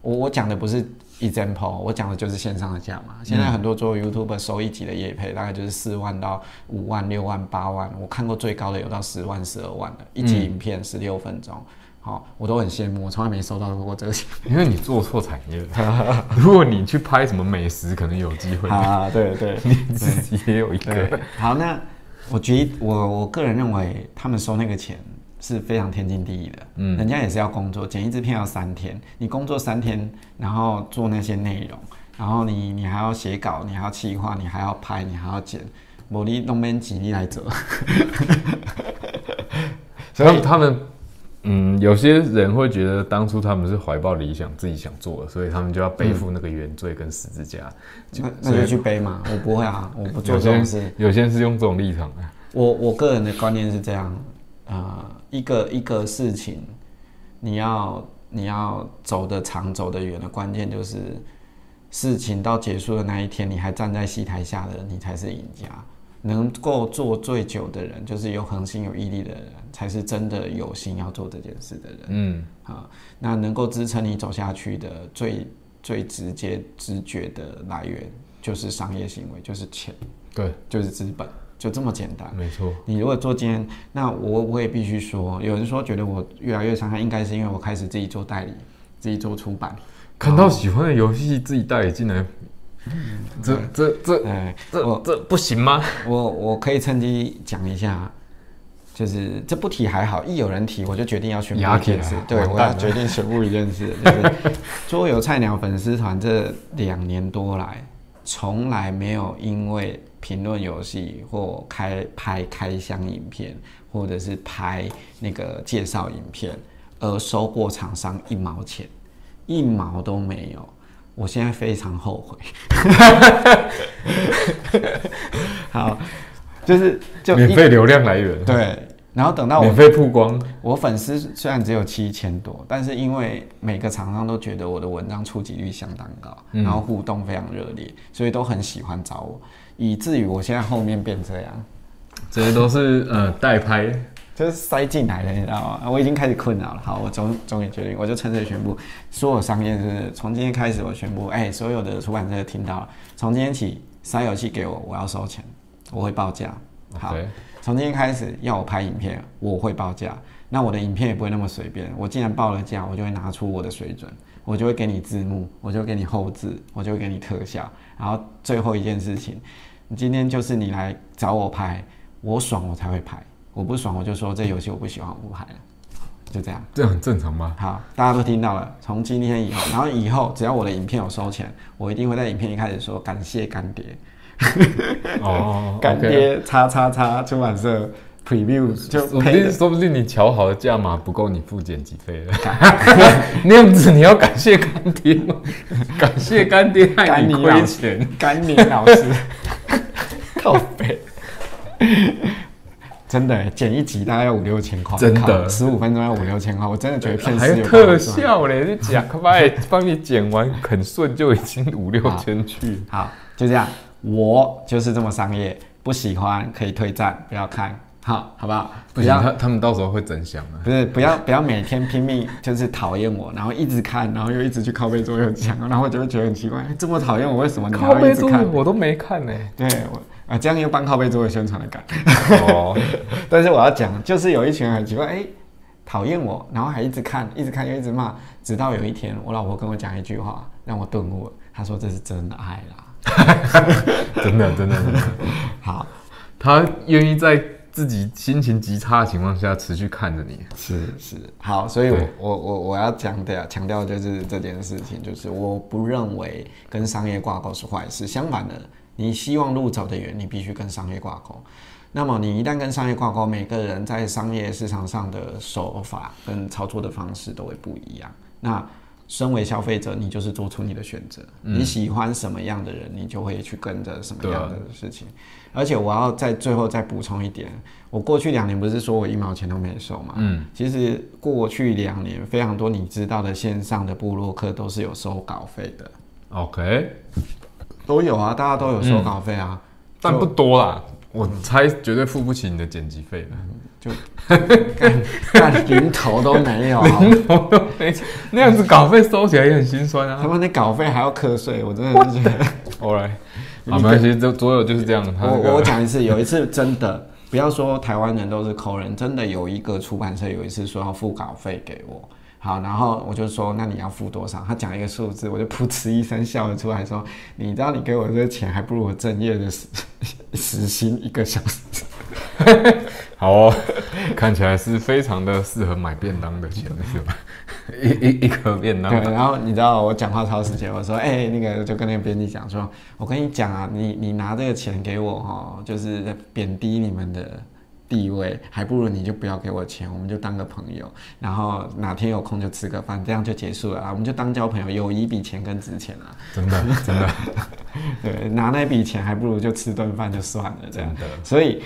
Speaker 1: 我我讲的不是 example，我讲的就是线上的价嘛。现在很多做 YouTube 收一集的业配，大概就是四万到五万、六万、八万，我看过最高的有到十万、十二万的，一集影片十六分钟。好，我都很羡慕，我从来没收到过这个钱。
Speaker 2: 因为你做错产业 了，如果你去拍什么美食，可能有机会，
Speaker 1: 啊，对对，
Speaker 2: 你自己也有一个。
Speaker 1: 好，那我觉得我我个人认为他们收那个钱是非常天经地义的。嗯，人家也是要工作，剪一支片要三天，你工作三天，然后做那些内容，然后你你还要写稿，你还要企划，你还要拍，你还要剪，我你弄边几你来做。
Speaker 2: 所以他们，嗯，有些人会觉得当初他们是怀抱理想，自己想做的，所以他们就要背负那个原罪跟十字架。
Speaker 1: 那那 就去背嘛，我不会啊，我不做这
Speaker 2: 有些
Speaker 1: 种
Speaker 2: 人
Speaker 1: 事。
Speaker 2: 有些人是用这种立场啊的，
Speaker 1: 我我个人的观念是这样，呃，一个一个事情，你要你要走得长，走得远的关键就是事情到结束的那一天，你还站在戏台下的人，你才是赢家。能够做最久的人，就是有恒心、有毅力的人，才是真的有心要做这件事的人。
Speaker 2: 嗯，
Speaker 1: 啊，那能够支撑你走下去的最最直接直觉的来源就是商业行为，就是钱，
Speaker 2: 对，
Speaker 1: 就是资本，就这么简单。
Speaker 2: 嗯没错，
Speaker 1: 你如果做今天，那我我也必须说，有人说觉得我越来越伤害，应该是因为我开始自己做代理，自己做出版。
Speaker 2: 看到喜欢的游戏自己带也进来，这这这
Speaker 1: 哎、
Speaker 2: 这
Speaker 1: 我
Speaker 2: 这不行吗？
Speaker 1: 我我可以趁机讲一下，就是这不提还好，一有人提我就决定要宣布
Speaker 2: 压
Speaker 1: 一
Speaker 2: 起来
Speaker 1: 件事
Speaker 2: 了，
Speaker 1: 对
Speaker 2: 完
Speaker 1: 我
Speaker 2: 蛋
Speaker 1: 要
Speaker 2: 了
Speaker 1: 决定宣布一件 事，就是桌游菜鸟粉丝团这两年多来，从来没有因为评论游戏或开拍开箱影片，或者是拍那个介绍影片而收过厂商一毛钱，一毛都没有。我现在非常后悔。 好，就是就
Speaker 2: 免
Speaker 1: 一
Speaker 2: 费流量来源，
Speaker 1: 对，然后等到我
Speaker 2: 免费曝光，
Speaker 1: 我粉丝虽然只有七千多，但是因为每个厂商都觉得我的文章触及率相当高，
Speaker 2: 嗯
Speaker 1: 然后互动非常热烈，所以都很喜欢找我，以至于我现在后面变这样，
Speaker 2: 这些都是呃代拍，
Speaker 1: 就是塞进来的，你知道吗？啊我已经开始困扰了。好，我终终于决定，我就趁这宣布，所有商业就是从今天开始，我宣布，哎、所有的出版社听到了，从今天起塞游戏给我，我要收钱，我会报价。好。
Speaker 2: 对，
Speaker 1: 从今天开始要我拍影片，我会报价。那我的影片也不会那么随便，我既然报了价，我就会拿出我的水准，我就会给你字幕，我就会给你后置，我就会给你特效。然后最后一件事情，你今天就是你来找我拍，我爽我才会拍，我不爽我就说这游戏我不喜欢，我不拍了，就这样。
Speaker 2: 这很正常 吧？
Speaker 1: 好，大家都听到了。从今天以后，然后以后只要我的影片有收钱，我一定会在影片一开始说感谢干爹，
Speaker 2: 哦，
Speaker 1: 干
Speaker 2: OK
Speaker 1: 爹叉叉叉出版社 preview 就
Speaker 2: 说不
Speaker 1: 配的
Speaker 2: 定说不定你瞧好的价码不够你付剪辑 费了，那样子你要感谢干爹 吗？感谢干爹害
Speaker 1: 干
Speaker 2: 你啊
Speaker 1: 你
Speaker 2: 亏
Speaker 1: 老
Speaker 2: 钱
Speaker 1: 师，，干你老师，
Speaker 2: 靠背。
Speaker 1: 真的剪一集大概要五六千块，
Speaker 2: 真的
Speaker 1: 十五分钟要五六千块，我真的觉得骗
Speaker 2: 哎还
Speaker 1: 师
Speaker 2: 有
Speaker 1: 有
Speaker 2: 特
Speaker 1: 办法赚。
Speaker 2: 效嘞，你假掰，帮你剪完很顺就已经五六千去。
Speaker 1: 好，就这样，我就是这么商业，不喜欢可以退站，不要看，好好不好？
Speaker 2: 不行，他他们到时候会真香啊！
Speaker 1: 不是，不要不要每天拼命就是讨厌我，然后一直看，然后又一直去靠背桌游墙，然后我就会觉得很奇怪，哎这么讨厌我，为什么你还
Speaker 2: 靠
Speaker 1: 要
Speaker 2: 背
Speaker 1: 一直
Speaker 2: 桌游
Speaker 1: 看？
Speaker 2: 我都没看呢、
Speaker 1: 对我啊，这样又帮靠背桌游宣传了感。
Speaker 2: 哦，
Speaker 1: 但是我要讲，就是有一群人很奇怪，哎、讨厌我，然后还一直看，一直看又一直骂，直到有一天，我老婆跟我讲一句话，让我顿悟了。她说这是真爱啦。
Speaker 2: 真的真的真的，
Speaker 1: 好，
Speaker 2: 哦他愿意在自己心情极差的情况下持续看着你。
Speaker 1: 是是好，所以我
Speaker 2: 对
Speaker 1: 我我我要强调强调的就是这件事情，就是我不认为跟商业挂钩是坏事，相反的，你希望路走得远，你必须跟商业挂钩。那么你一旦跟商业挂钩，每个人在商业市场上的手法跟操作的方式都会不一样。那身为消费者，你就是做出你的选择，你喜欢什么样的人，你就会去跟着什么样的事情。而且我要在最后再补充一点，我过去两年不是说我一毛钱都没收嘛，
Speaker 2: 嗯，
Speaker 1: 其实过去两年非常多你知道的线上的部落客都是有收稿费的，
Speaker 2: OK，
Speaker 1: 都有啊，大家都有收稿费啊，
Speaker 2: 但不多啦，我猜绝对付不起你的剪辑费的。
Speaker 1: 但零头都没有啊、
Speaker 2: 我都没钱 那样子稿费收起来也很心酸
Speaker 1: 他
Speaker 2: 啊。
Speaker 1: 们的稿费还要课税，我真的是觉得。
Speaker 2: All right，好，没关系，这左右就是这样。他那
Speaker 1: 我我
Speaker 2: 个
Speaker 1: 讲一次，有一次真的，不要说台湾人都是抠人，真的有一个出版社有一次说要付稿费给我，好，然后我就说那你要付多少？他讲一个数字，我就噗嗤一声笑了出来，说你知道你给我这个钱，还不如我正业的时 时薪一个小时。
Speaker 2: 好哦， 看起来是非常的适合买便当的钱，是吧？一一一颗便当
Speaker 1: 对，，然后你知道我讲话超时间，我说哎、那个就跟那个编辑讲说，我跟你讲啊，你你拿这个钱给我哈，就是贬低你们的地位，还不如你就不要给我钱，我们就当个朋友，然后哪天有空就吃个饭，这样就结束了啊，我们就当交朋友，友谊比钱更值钱啊，
Speaker 2: 真的真的
Speaker 1: 对，拿那笔钱还不如就吃顿饭就算了这样
Speaker 2: 真。的。
Speaker 1: 所以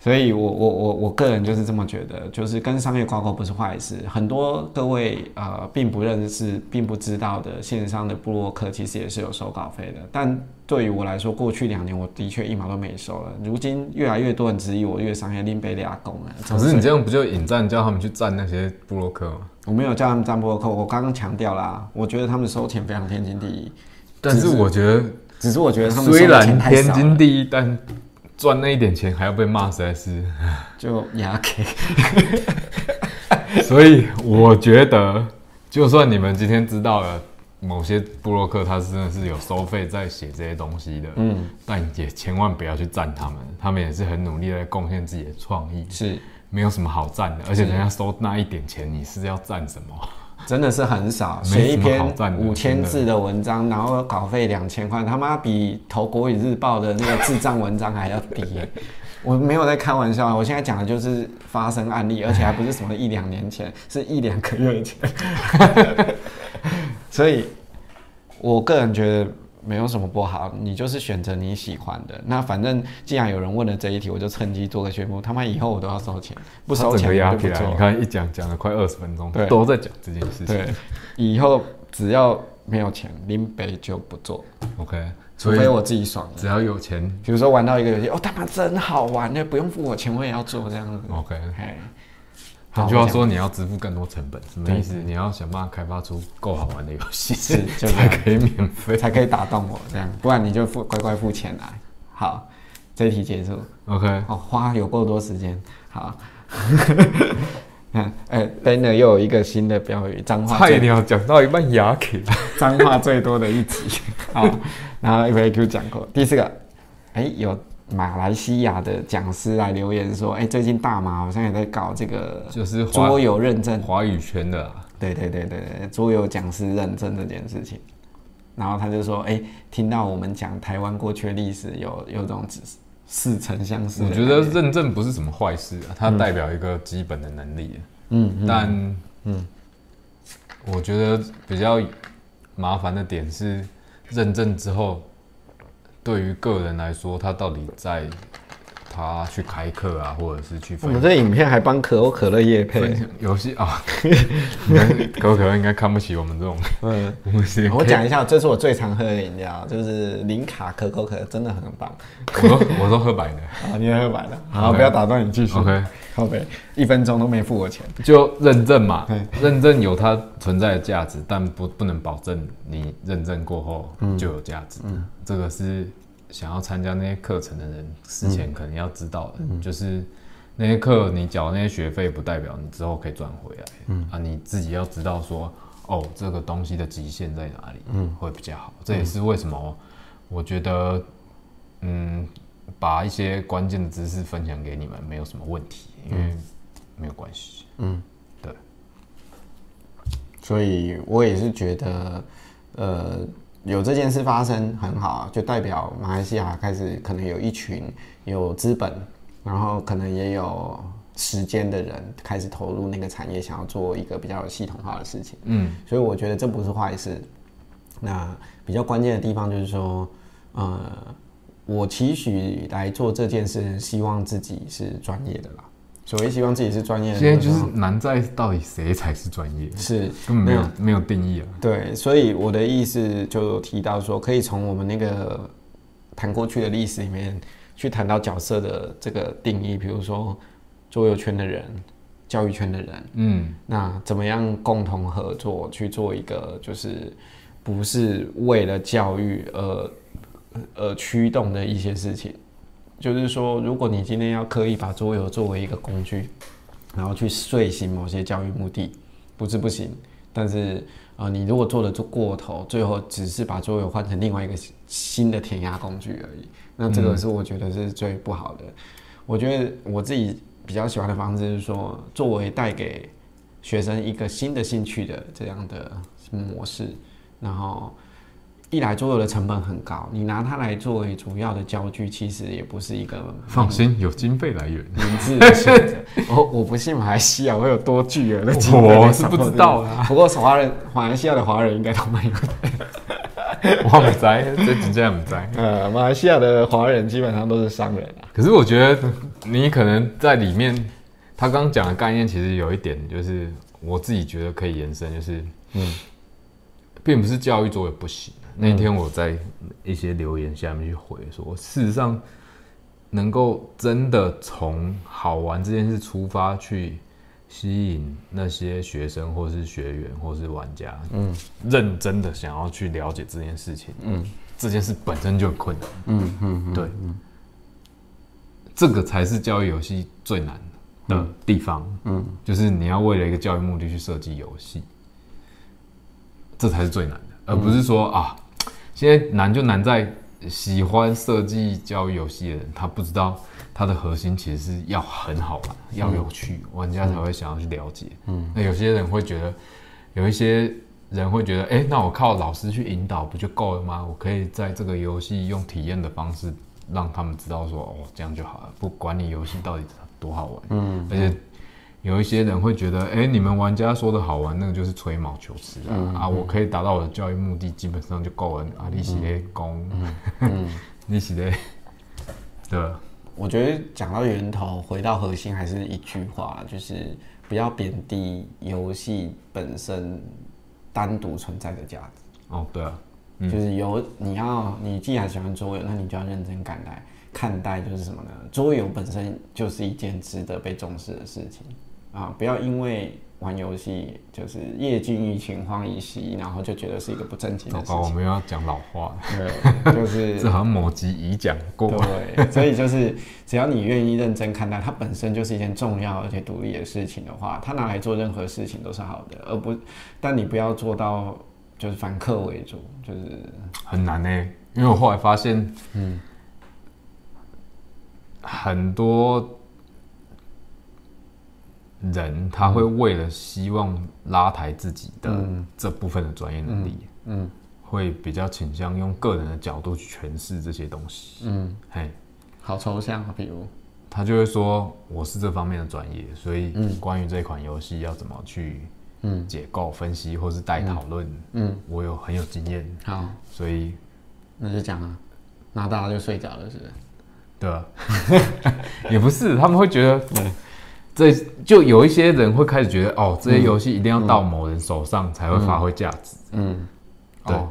Speaker 1: 所以我我我我个人就是这么觉得，就是跟商业挂钩不是坏事。很多各位呃并不认识、并不知道的线上的部落客，其实也是有收稿费的。但对于我来说，过去两年我的确一毛都没收了。如今越来越多人质疑我越商业另被俩工了。
Speaker 2: 可是你这样不就引战叫他们去占那些布洛克吗？
Speaker 1: 我没有叫他们占部落客，我刚刚强调啦，我觉得他们收钱非常天经地义。
Speaker 2: 但是我觉得
Speaker 1: 只是我觉得他们
Speaker 2: 虽
Speaker 1: 收的钱
Speaker 2: 然
Speaker 1: 太
Speaker 2: 天
Speaker 1: 少
Speaker 2: 经
Speaker 1: 了，
Speaker 2: 地义，但赚那一点钱还要被骂，实在是。
Speaker 1: 就牙给。
Speaker 2: 所以我觉得，就算你们今天知道了某些布洛克他是真的是有收费在写这些东西的，嗯，但也千万不要去赞他们，他们也是很努力在贡献自己的创意，
Speaker 1: 是，
Speaker 2: 没有什么好赞的。而且人家收那一点钱，你是要赞什么？
Speaker 1: 真的是很少，
Speaker 2: 没什么
Speaker 1: 写一篇
Speaker 2: 好赞的
Speaker 1: 五
Speaker 2: 真
Speaker 1: 千
Speaker 2: 的
Speaker 1: 字的文章，然后稿费两千块，他妈比投《国语日报》的那个智障文章还要低 耶。我没有在开玩笑，我现在讲的就是发生案例，而且还不是什么一两年前，是一两个月前。 所以，我个人觉得没有什么不好，你就是选择你喜欢的。那反正既然有人问了这一题，我就趁机做个宣布，他妈以后我都要收钱，不收
Speaker 2: 整
Speaker 1: 钱
Speaker 2: 个压
Speaker 1: 我就
Speaker 2: 起
Speaker 1: 不做
Speaker 2: 来，
Speaker 1: 了
Speaker 2: 你。看一讲讲了快二十分钟
Speaker 1: 对，
Speaker 2: 都在讲这件事情
Speaker 1: 对。，以后只要没有钱，林北就不做，
Speaker 2: OK，
Speaker 1: 除
Speaker 2: 所以
Speaker 1: 非我自己爽了。
Speaker 2: 只要有钱
Speaker 1: 比如说玩到一个游戏，哦，他妈真好玩的，不用付我钱我也要做这样子。
Speaker 2: ，OK。
Speaker 1: 哎，
Speaker 2: 换
Speaker 1: 好
Speaker 2: 句
Speaker 1: 我
Speaker 2: 话
Speaker 1: 讲
Speaker 2: 说，你要支付更多成本，什么
Speaker 1: 对
Speaker 2: 意思？你要想办法开发出够好玩的游戏，
Speaker 1: 是就这
Speaker 2: 才
Speaker 1: 样
Speaker 2: 可以免费。
Speaker 1: 才可以打动我这样，不然你就付乖乖付钱来。好，这一题结束。
Speaker 2: OK，
Speaker 1: 哦，花有够多时间。好， 嗯，哎、d a n a 又有一个新的标语，脏话
Speaker 2: 菜
Speaker 1: 最
Speaker 2: 鸟讲到一半牙起来，
Speaker 1: 脏话最多的一集。 好，然后 A Q 讲过第四个，哎、有马来西亚的讲师来留言说，哎、最近大马好像也在搞这个
Speaker 2: 就是华
Speaker 1: 桌游认证，
Speaker 2: 华语圈的啊，
Speaker 1: 对对对对对，桌游讲师认证这件事情。然后他就说，哎、听到我们讲台湾过去的历史有，有种似曾相识的
Speaker 2: 我
Speaker 1: 感觉。
Speaker 2: 觉得认证不是什么坏事啊，它代表一个基本的能力。嗯，但嗯，我觉得比较麻烦的点是，认证之后，对于个人来说，他到底在他去开课啊，或者是去
Speaker 1: 我
Speaker 2: 分
Speaker 1: 们这影片还帮可口可乐业配
Speaker 2: 分，享游戏啊， 你们可口可乐应该看不起我们这种，
Speaker 1: 嗯。
Speaker 2: 我们是
Speaker 1: 我讲一下，这是我最常喝的饮料，就是零卡可口可乐，真的很棒。
Speaker 2: 我都我都喝白的。
Speaker 1: 啊，你也喝白的，好，
Speaker 2: OK
Speaker 1: 不要打断你继续。
Speaker 2: OK，
Speaker 1: 靠北，一分钟都没付我钱。
Speaker 2: 就认证嘛
Speaker 1: 对，
Speaker 2: 认证有它存在的价值，但不不能保证你认证过后就有价值。这个是想要参加那些课程的人事前可能要知道的，就是那些课你缴那些学费，不代表你之后可以赚回来。啊，你自己要知道说，哦，这个东西的极限在哪里，会比较好。这也是为什么我觉得，嗯，把一些关键的知识分享给你们没有什么问题，因为没有关系。
Speaker 1: 所以我也是觉得，呃，有这件事发生很好啊，就代表马来西亚开始可能有一群有资本，然后可能也有时间的人开始投入那个产业，想要做一个比较有系统化的事情。
Speaker 2: 嗯，
Speaker 1: 所以我觉得这不是坏事。那比较关键的地方就是说，呃，我期许来做这件事，希望自己是专业的啦。所谓希望自己是专业的，
Speaker 2: 现在就是难在到底谁才是专业，
Speaker 1: 是
Speaker 2: 根本没有没有定义啊。
Speaker 1: 对，所以我的意思就有提到说，可以从我们那个谈过去的历史里面去谈到角色的这个定义，比如说桌游圈的人、教育圈的人，
Speaker 2: 嗯，
Speaker 1: 那怎么样共同合作去做一个就是不是为了教育而而驱动的一些事情？就是说，如果你今天要刻意把桌游作为一个工具，然后去遂行某些教育目的，不是不行，但是呃，你如果做的做过头，最后只是把桌游换成另外一个新新的填鸭工具而已，那这个是我觉得是最不好的。我觉得我自己比较喜欢的方式是说，作为带给学生一个新的兴趣的这样的模式，然后一来桌游的成本很高，你拿它来作为主要的教具，其实也不是一个
Speaker 2: 放心，有经费 来源。
Speaker 1: 明智的选择。 我我不信马来西亚会有多巨额的经费
Speaker 2: 我
Speaker 1: 来
Speaker 2: 是
Speaker 1: 掌握
Speaker 2: 不知
Speaker 1: 这个
Speaker 2: 道啦
Speaker 1: 不过华人马来西亚的华人应该都蛮有
Speaker 2: 我不知道，这真正不知道。
Speaker 1: 呃，马来西亚的华人基本上都是商人啊。
Speaker 2: 可是我觉得你可能在里面，他刚刚讲的概念其实有一点，就是我自己觉得可以延伸，就是嗯，并不是教育作为不行。那一天我在一些留言下面去回说，事实上能够真的从好玩这件事出发去吸引那些学生或是学员或是玩家，嗯，认真的想要去了解这件事情，嗯，这件事本身就很困难，
Speaker 1: 嗯嗯，
Speaker 2: 对，这个才是教育游戏最难的地方。嗯，就是你要为了一个教育目的去设计游戏，这才是最难的，而不是说、啊，现在难就难在喜欢设计教育游戏的人，他不知道它的核心其实是要很好玩，要有趣，玩家才会想要去了解。嗯，那有些人会觉得，有一些。人会觉得，哎、那我靠老师去引导不就够了吗？我可以在这个游戏用体验的方式让他们知道说，哦，这样就好了，不管你游戏到底多好玩。嗯，而且有一些人会觉得，哎、你们玩家说的好玩，那个就是吹毛求疵啊、
Speaker 1: 嗯
Speaker 2: 啊！我可以达到我的教育目的，基本上就够了啊！利息的攻，
Speaker 1: 嗯
Speaker 2: 利息的，对啊吧，
Speaker 1: 我觉得讲到源头，回到核心还是一句话，就是不要贬低游戏本身单独存在的价值。
Speaker 2: 哦，对啊，
Speaker 1: 就是有你要你既然喜欢桌游，那你就要认真看待看待就是什么呢？桌游本身就是一件值得被重视的事情啊！不要因为玩游戏就是业尽一情荒以息，然后就觉得是一个不正经
Speaker 2: 糟
Speaker 1: 的事
Speaker 2: 糕，我
Speaker 1: 情。
Speaker 2: 们又要讲老话
Speaker 1: 对，
Speaker 2: 了，
Speaker 1: 就是
Speaker 2: 这好像某集已讲 过。
Speaker 1: 对， 所以就是只要你愿意认真看待，它本身就是一件重要而且独立的事情的话，它拿来做任何事情都是好的，而不但你不要做到就是反客为主，就是
Speaker 2: 很难呢、因为我后来发现，嗯，很多人他会为了希望拉抬自己的这部分的专业能力，嗯，会比较倾向用个人的角度去诠释这些东西，嗯，嘿，
Speaker 1: 好抽象啊，比如
Speaker 2: 他就会说我是这方面的专业，所以关于这款游戏要怎么去解构、分析或是带讨论，嗯，我有很有经验，
Speaker 1: 好，
Speaker 2: 所以
Speaker 1: 那就讲啊，那大家就睡着了，是不是？
Speaker 2: 对啊， 也不是，他们会觉得，嗯这就有一些人会开始觉得，哦，这些游戏一定要到某人手上才会发挥价值，
Speaker 1: 嗯，
Speaker 2: 对
Speaker 1: 哦，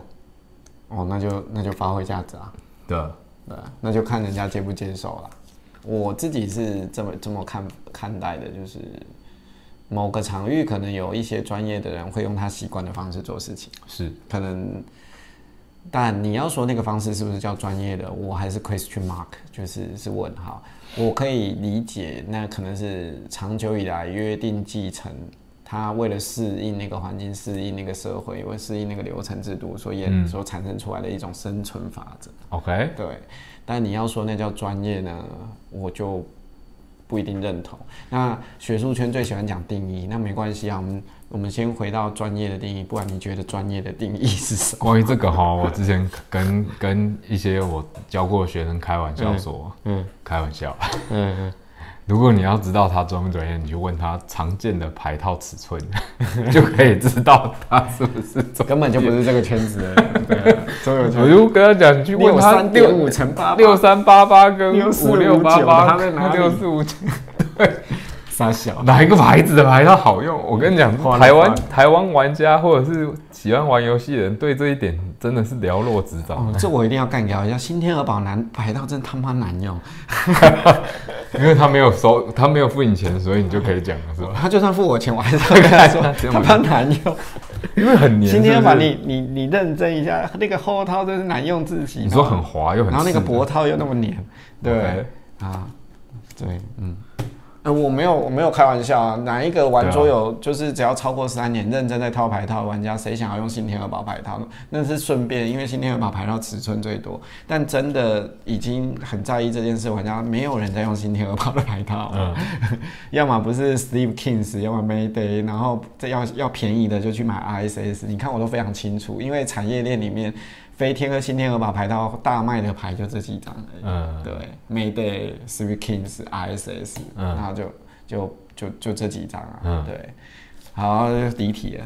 Speaker 1: 哦，那就那就发挥价值啊，
Speaker 2: 对啊，
Speaker 1: 对啊，那就看人家接不接受了。我自己是这么这么看看待的，就是某个场域可能有一些专业的人会用他习惯的方式做事情，
Speaker 2: 是
Speaker 1: 可能，但你要说那个方式是不是叫专业的，我还是 question mark，就是是问号。我可以理解，那可能是长久以来约定继承，他为了适应那个环境、适应那个社会、为适应那个流程制度所演、所产生出来的一种生存法则。
Speaker 2: OK，
Speaker 1: 对，但你要说那叫专业呢，我就不一定认同。那学术圈最喜欢讲定义，那没关系啊，我们我们先回到专业的定义，不然你觉得专业的定义是什么？
Speaker 2: 关于这个哈，我之前跟 跟一些我教过的学生开玩笑说，嗯，开玩笑，
Speaker 1: 嗯，
Speaker 2: 如果你要知道他专不专业，你就问他常见的牌套尺寸， 就可以知道他是不是专业
Speaker 1: 根本就不是这个圈子的 人，对啊，周游
Speaker 2: 我
Speaker 1: 圈
Speaker 2: 就跟他讲，你去问
Speaker 1: 六
Speaker 2: 他
Speaker 1: 三点五乘八
Speaker 2: 六三八八跟五六八
Speaker 1: 6459
Speaker 2: 八，
Speaker 1: 他在哪里
Speaker 2: 六四五九，
Speaker 1: 傻小，
Speaker 2: 哪一个牌子的牌它好用？我跟你讲，
Speaker 1: 花了
Speaker 2: 台湾
Speaker 1: 花了
Speaker 2: 台湾玩家或者是喜欢玩游戏的人，对这一点真的是寥落指掌。
Speaker 1: 哦，这我一定要干掉一下。新天鹅堡难排到真他妈难用，
Speaker 2: 因为他没有收，他没有付你钱，所以你就可以讲了，是吧？
Speaker 1: 他就算付我钱，我还是要跟他说 他妈难用。
Speaker 2: 因为很黏。啊
Speaker 1: 新天鹅
Speaker 2: 把
Speaker 1: 堡你你你认真一下，那个后套真是难用至极。哦
Speaker 2: 你说很滑又很，
Speaker 1: 然后那个脖，套又那么黏，对不对
Speaker 2: OK
Speaker 1: 啊，对，嗯。呃，我没有，我没有开玩笑啊！哪一个玩桌游，就是只要超过三年认真在套牌套的玩家，谁想要用新天鹅堡牌套呢？那是顺便，因为新天鹅堡牌套尺寸最多。但真的已经很在意这件事，玩家没有人在用新天鹅堡的牌套，
Speaker 2: 嗯
Speaker 1: 要么不是 Steve Kings，要么 Mayday，然后这要要便宜的就去买 ISS。你看我都非常清楚，因为产业链里面飞天和新天鹅堡牌套大卖的牌就这几张而已。
Speaker 2: 嗯，
Speaker 1: 对，Mayday、s w e e Kings、RSS，、
Speaker 2: 嗯
Speaker 1: 然后就就就就这几张啊，
Speaker 2: 嗯
Speaker 1: 对，好离题了。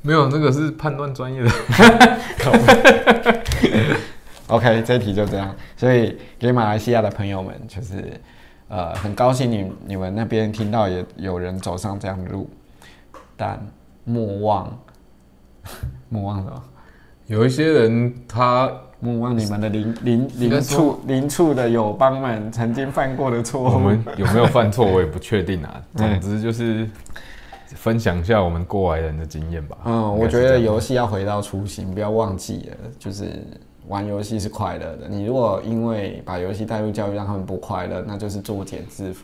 Speaker 2: 没有，那个是判断专业的。
Speaker 1: OK，这一题就这样。所以给马来西亚的朋友们，就是呃，很高兴你你们那边听到也有人走上这样的路，但莫忘 莫忘什么？
Speaker 2: 有一些人他
Speaker 1: 莫忘你们的邻邻
Speaker 2: 应该
Speaker 1: 邻
Speaker 2: 说
Speaker 1: 处邻处的友邦们曾经犯过的错误。
Speaker 2: 我们有没有犯错，我也不确定啊。
Speaker 1: 嗯
Speaker 2: 总之就是分享一下我们过来人的经验吧。
Speaker 1: 嗯，我
Speaker 2: 应该是
Speaker 1: 觉
Speaker 2: 这
Speaker 1: 得
Speaker 2: 样
Speaker 1: 游戏要回到初心，不要忘记了，就是玩游戏是快乐的。你如果因为把游戏带入教育，让他们不快乐，那就是作茧自缚。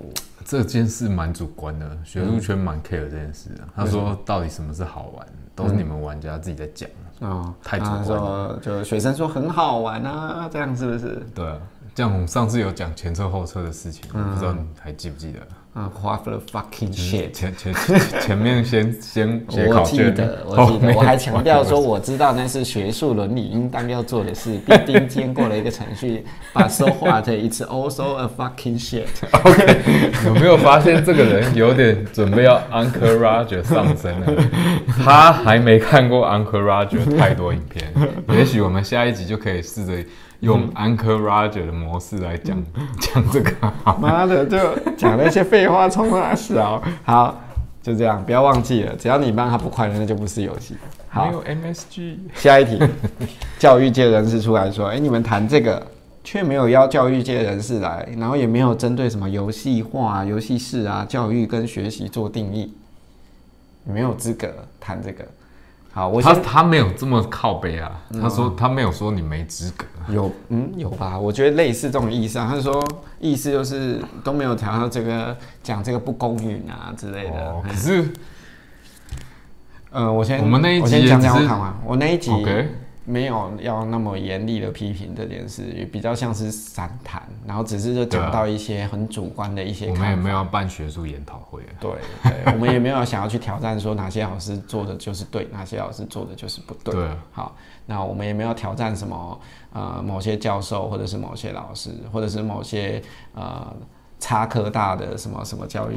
Speaker 2: 这件事蛮主观的，学术
Speaker 1: 嗯
Speaker 2: 圈蛮 care 这件事啊。他说到底什么是好玩，都是你们玩家自己在讲。
Speaker 1: 哦，
Speaker 2: 啊太主
Speaker 1: 那
Speaker 2: 观
Speaker 1: 说就学生说很好玩啊，这样是不是？
Speaker 2: 对啊，这样我们上次有讲前车后车的事情，
Speaker 1: 嗯
Speaker 2: 不知道你还记不记得？
Speaker 1: 啊，what the fucking shit！
Speaker 2: 前前前 前面先先嗯写
Speaker 1: 我
Speaker 2: 考
Speaker 1: 记
Speaker 2: 卷
Speaker 1: 得，，我记
Speaker 2: 后面
Speaker 1: 得，我 还强调说，我知道那是学术伦理应当要做的事，必定经过了一个程序，把 so what it's also a fucking shit。
Speaker 2: 有没有发现这个人有点准备要 Uncle Roger 上身 了？他还没看过 Uncle Roger 太多影片，也许我们下一集就可以试着用
Speaker 1: 嗯
Speaker 2: Uncle Roger 的模式来 讲讲这个好。
Speaker 1: 妈的，就讲那些废话，冲他笑。好，就这样，不要忘记了，只要你让他不快乐，那就不是游戏。好
Speaker 2: 没，有 MSG，
Speaker 1: 下一题，教育界人士出来说：“哎、你们谈这个，却没有邀教育界人士来，然后也没有针对什么游戏化、游戏室啊、教育跟学习做定义，你没有资格谈这个。”好，我
Speaker 2: 他
Speaker 1: 先
Speaker 2: 他没有这么靠背啊，他说他没有说你没资格，
Speaker 1: 有嗯有吧？我觉得类似这种意思啊。他说意思就是都没有谈到这个讲这个不公允啊之类的。
Speaker 2: 哦，可是
Speaker 1: 呃，我先
Speaker 2: 我们那一
Speaker 1: 我
Speaker 2: 集
Speaker 1: 先
Speaker 2: 也
Speaker 1: 讲
Speaker 2: 只
Speaker 1: 讲
Speaker 2: 是
Speaker 1: 我看完，我那一集
Speaker 2: OK
Speaker 1: 没有要那么严厉的批评这件事，也比较像是散谈，然后只是就
Speaker 2: 对啊
Speaker 1: 讲到一些很主观的一些
Speaker 2: 我们也
Speaker 1: 看法。
Speaker 2: 没有要办学术研讨会啊，
Speaker 1: 对对，我们也没有想要去挑战说哪些老师做的就是对，哪些老师做的就是不对。
Speaker 2: 对啊
Speaker 1: 好，那我们也没有挑战什么呃某些教授或者是某些老师或者是某些呃插科大的什么什么教育，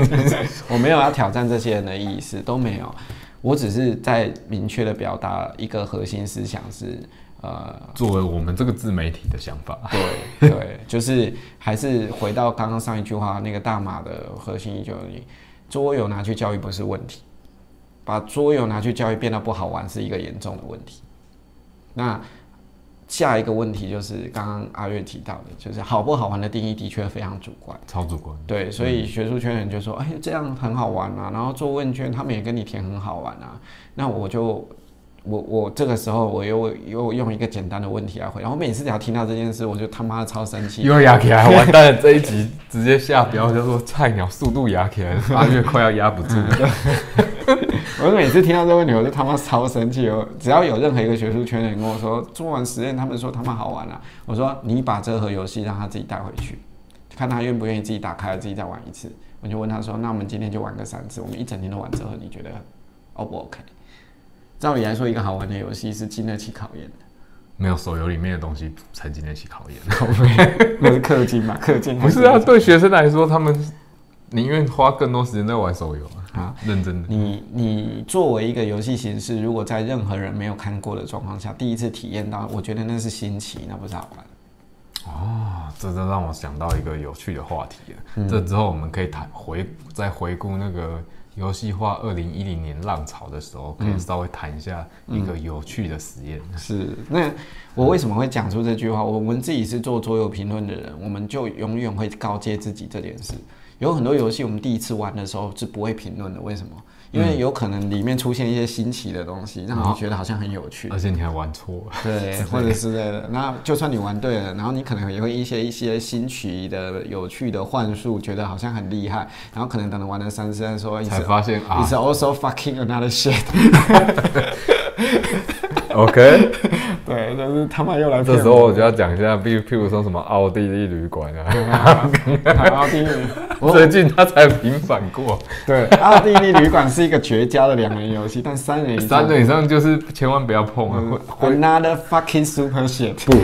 Speaker 1: 我没有要挑战这些人的意思都没有，我只是在明确的表达一个核心思想是呃
Speaker 2: 作为我们这个自媒体的想法，
Speaker 1: 对对，就是还是回到刚刚上一句话，那个大马的核心就是你桌游拿去教育不是问题，把桌游拿去教育变得不好玩是一个严重的问题。那下一个问题就是刚刚阿月提到的，就是好不好玩的定义的确非常主观。
Speaker 2: 超主观。
Speaker 1: 对，所以学术圈人就说：“哎，这样很好玩啊。”然后做问卷，他们也跟你填很好玩啊。那我就，我我这个时候我又又用一个简单的问题来回答。我每次只要听到这件事，我就他妈的超生气。
Speaker 2: 又压起来，完蛋了！这一集直接下标叫做“菜鸟速度压起来”，八月快要压不 住了。
Speaker 1: 我每次听到这个问题，我就他妈超生气哦！只要有任何一个学术圈的人跟我说做完实验，他们说他妈好玩啊，我说你把这盒游戏让他自己带回去，看他愿不愿意自己打开，自己再玩一次。我就问他说，那我们今天就玩个三次，我们一整天都玩这盒，你觉得 O 不 OK？照理来说，一个好玩的游戏是经得起考验的，
Speaker 2: 没有手游里面的东西曾经那起考验，
Speaker 1: 那是氪金 嘛？氪金
Speaker 2: 不是啊？对学生来说，他们宁愿花更多时间在玩手游啊。
Speaker 1: 啊
Speaker 2: 认真的，
Speaker 1: 你你作为一个游戏形式，如果在任何人没有看过的状况下，第一次体验到，我觉得那是新奇，那不是好玩。
Speaker 2: 啊这这让我想到一个有趣的话题了。
Speaker 1: 嗯
Speaker 2: 这之后我们可以谈回再回顾那个游戏化二零一零年浪潮的时候，可
Speaker 1: 嗯
Speaker 2: 以稍微谈一下一个有趣的实验。
Speaker 1: 是，那我为什么会讲出这句话？我们自己是做桌游评论的人，我们就永远会告诫自己这件事。有很多游戏我们第一次玩的时候是不会评论的，为什么？因
Speaker 2: 嗯
Speaker 1: 为有可能里面出现一些新奇的东西，让你觉得好像很有趣，
Speaker 2: 而且你还玩错了，
Speaker 1: 对，或者之类的。那就算你玩对了，然后你可能也会一些一些新奇的、有趣的幻术，觉得好像很厉害，然后可能等到玩了三次，说
Speaker 2: 才发现啊
Speaker 1: It's also fucking another shit，
Speaker 2: 啊，OK，
Speaker 1: 对，就是他妈又来骗
Speaker 2: 这
Speaker 1: 我
Speaker 2: 时候我就要讲一下，譬譬如说什么奥地利旅馆啊，
Speaker 1: 奥地利，我
Speaker 2: 最近他才平反过，
Speaker 1: 对，奥地利旅馆是一个绝佳的两人游戏，但三人以上
Speaker 2: 三人以上就是千万不要碰啊！会
Speaker 1: 嗯 another fucking super shit。不，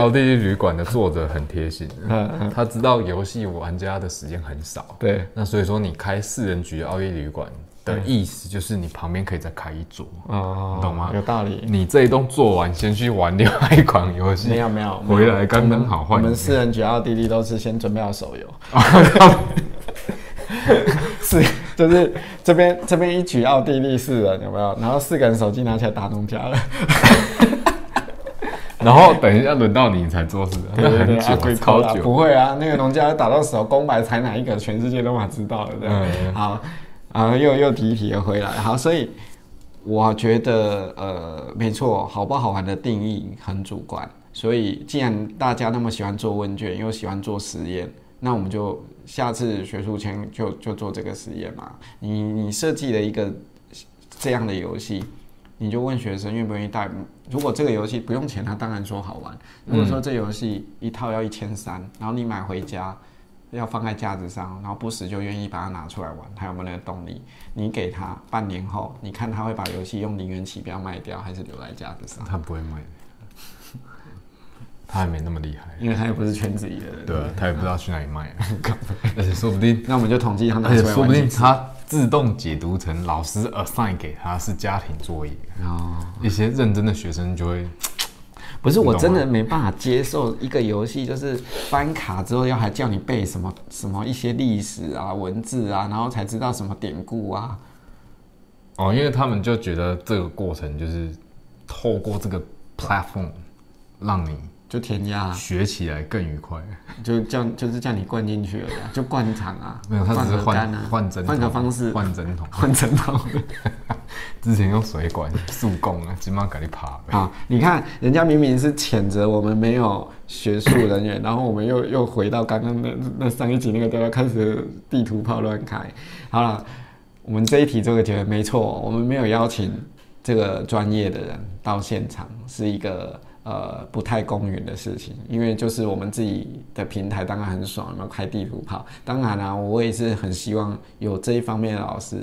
Speaker 2: 奥地利旅馆的作者很贴心，他知道游戏玩家的时间很少，
Speaker 1: 对，
Speaker 2: 那所以说你开四人局的奥地利旅馆，
Speaker 1: 嗯
Speaker 2: 的意思就是你旁边可以再开一桌，
Speaker 1: 哦
Speaker 2: 懂吗
Speaker 1: 有道理。
Speaker 2: 你这一栋做完，先去玩另外一款游戏。
Speaker 1: 没有没有，
Speaker 2: 回来刚刚好
Speaker 1: 我
Speaker 2: 换一个。
Speaker 1: 们四人局奥地利都是先准备好手游， 是就是这边这边一局奥地利四人有没有？然后四个人手机拿起来打农家了，
Speaker 2: 然后等一下轮到你才做事，那很
Speaker 1: 啊鬼
Speaker 2: 久，
Speaker 1: 扣啦
Speaker 2: 超
Speaker 1: 不
Speaker 2: 久。
Speaker 1: 会啊，那个农家打到手公白才哪一个，全世界都嘛知道了这样。
Speaker 2: 嗯
Speaker 1: 好，啊又又提一提又回来，好，所以我觉得呃没错，好不好玩的定义很主观，所以既然大家那么喜欢做问卷，又喜欢做实验。那我们就下次学术圈就就做这个实验嘛。你你设计了一个这样的游戏，你就问学生愿不愿意带。如果这个游戏不用钱，他当然说好玩。如果说这游戏一套要一千三，然后你买回家要放在架子上，然后不时就愿意把它拿出来玩，他有没有那个动力？你给他半年后，你看他会把游戏用零元起标卖掉，还是留在架子上？
Speaker 2: 他不会卖的，他还没那么厉害。
Speaker 1: 因为他又不是圈子里的人。
Speaker 2: 对啊，他也不知道去哪里卖 啊，而且说不定，
Speaker 1: 那我们就统计他拿
Speaker 2: 而
Speaker 1: 出
Speaker 2: 且
Speaker 1: 来玩。
Speaker 2: 说不定他自动解读成老师 assign 给他是家庭作业，
Speaker 1: 哦。
Speaker 2: 一些认真的学生就会
Speaker 1: 不是，
Speaker 2: 你
Speaker 1: 我
Speaker 2: 懂
Speaker 1: 真
Speaker 2: 吗
Speaker 1: 的没办法接受一个游戏，就是翻卡之后要还叫你背什么什么一些历史啊、文字啊，然后才知道什么典故啊。
Speaker 2: 哦，因为他们就觉得这个过程就是透过这个 platform 让你
Speaker 1: 就填鸭、
Speaker 2: 学起来更愉快。
Speaker 1: 就叫就是叫你灌进去了呀，就灌肠啊，
Speaker 2: 没有，他只是
Speaker 1: 灌
Speaker 2: 换
Speaker 1: 肝啊，
Speaker 2: 换针筒，
Speaker 1: 换个方式，
Speaker 2: 换针筒。
Speaker 1: 换成套
Speaker 2: 之前用水管速供啊，今晚给你爬。
Speaker 1: 啊！你看，人家明明是谴责我们没有学术人员，然后我们又又回到刚刚那那上一集那个地方开始地图炮乱开。好了，我们这一题这个结论没错，我们没有邀请这个专业的人到现场，是一个呃不太公允的事情，因为就是我们自己的平台当然很爽，有没有开地图炮？当然啦、我也是很希望有这一方面的老师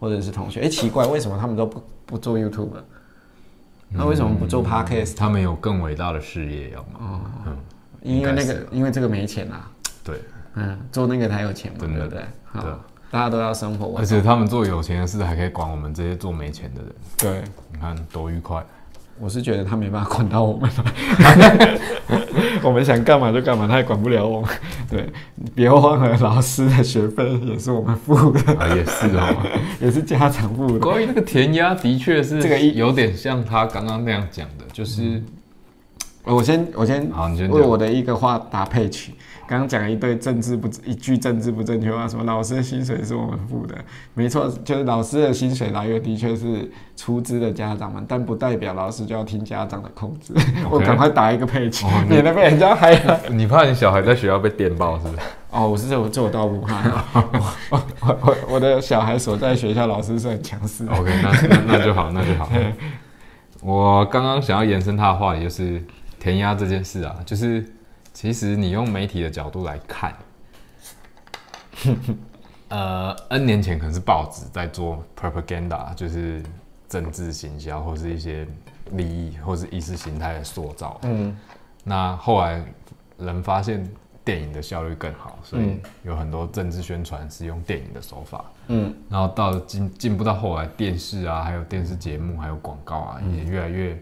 Speaker 1: 或者是同 学。哎、奇怪，为什么他们都不不做 YouTube？那为什么不做 podcast？、
Speaker 2: 他们有更伟大的事业要
Speaker 1: 哦
Speaker 2: 忙。嗯，
Speaker 1: 因为那
Speaker 2: 应该
Speaker 1: 个，因为这个没钱啊，
Speaker 2: 对，
Speaker 1: 嗯，做那个才有钱嘛，
Speaker 2: 真的
Speaker 1: 对不对？好
Speaker 2: 对，
Speaker 1: 大家都要生活，
Speaker 2: 而且他们做有钱的事，还可以管我们这些做没钱的人。
Speaker 1: 对，
Speaker 2: 你看多愉快！
Speaker 1: 我是觉得他没办法管到 我们，我们想干嘛就干嘛，他也管不了我们。对，别忘了老师的学费也是我们付的，
Speaker 2: 啊，也是哦。
Speaker 1: 也是家长付的。
Speaker 2: 关于那个填鸭，的确是
Speaker 1: 这个一
Speaker 2: 有点像他刚刚那样讲的，就是
Speaker 1: 我先，我先
Speaker 2: 好你先讲
Speaker 1: 为嗯我的一个话打配曲。刚刚讲了一堆政治不一句政治不正确话，什么老师的薪水是我们付的，没错，就是老师的薪水来源的确是出资的家长们，但不代表老师就要听家长的控制。 我赶快打一个配曲
Speaker 2: 哦，你
Speaker 1: 免得被人家害了。
Speaker 2: 你怕你小孩在学校被电爆是不是？
Speaker 1: 哦，我是这我这我倒不怕，我我我我我的小孩所在学校老师是很强势的。
Speaker 2: OK，那那那就好，那就好。
Speaker 1: 嗯
Speaker 2: 我刚刚想要延伸他的话题，就是填鸭这件事啊，就是其实你用媒体的角度来看， 呃，N 年前可能是报纸在做 propaganda，就是政治行销或是一些利益或是意识形态的塑造。
Speaker 1: 嗯，
Speaker 2: 那后来人发现电影的效率更好，所以
Speaker 1: 嗯
Speaker 2: 有很多政治宣传是用电影的手法。
Speaker 1: 嗯，
Speaker 2: 然后到进进步到后来，电视啊，还有电视节目，还有广告啊，
Speaker 1: 嗯
Speaker 2: 也越来越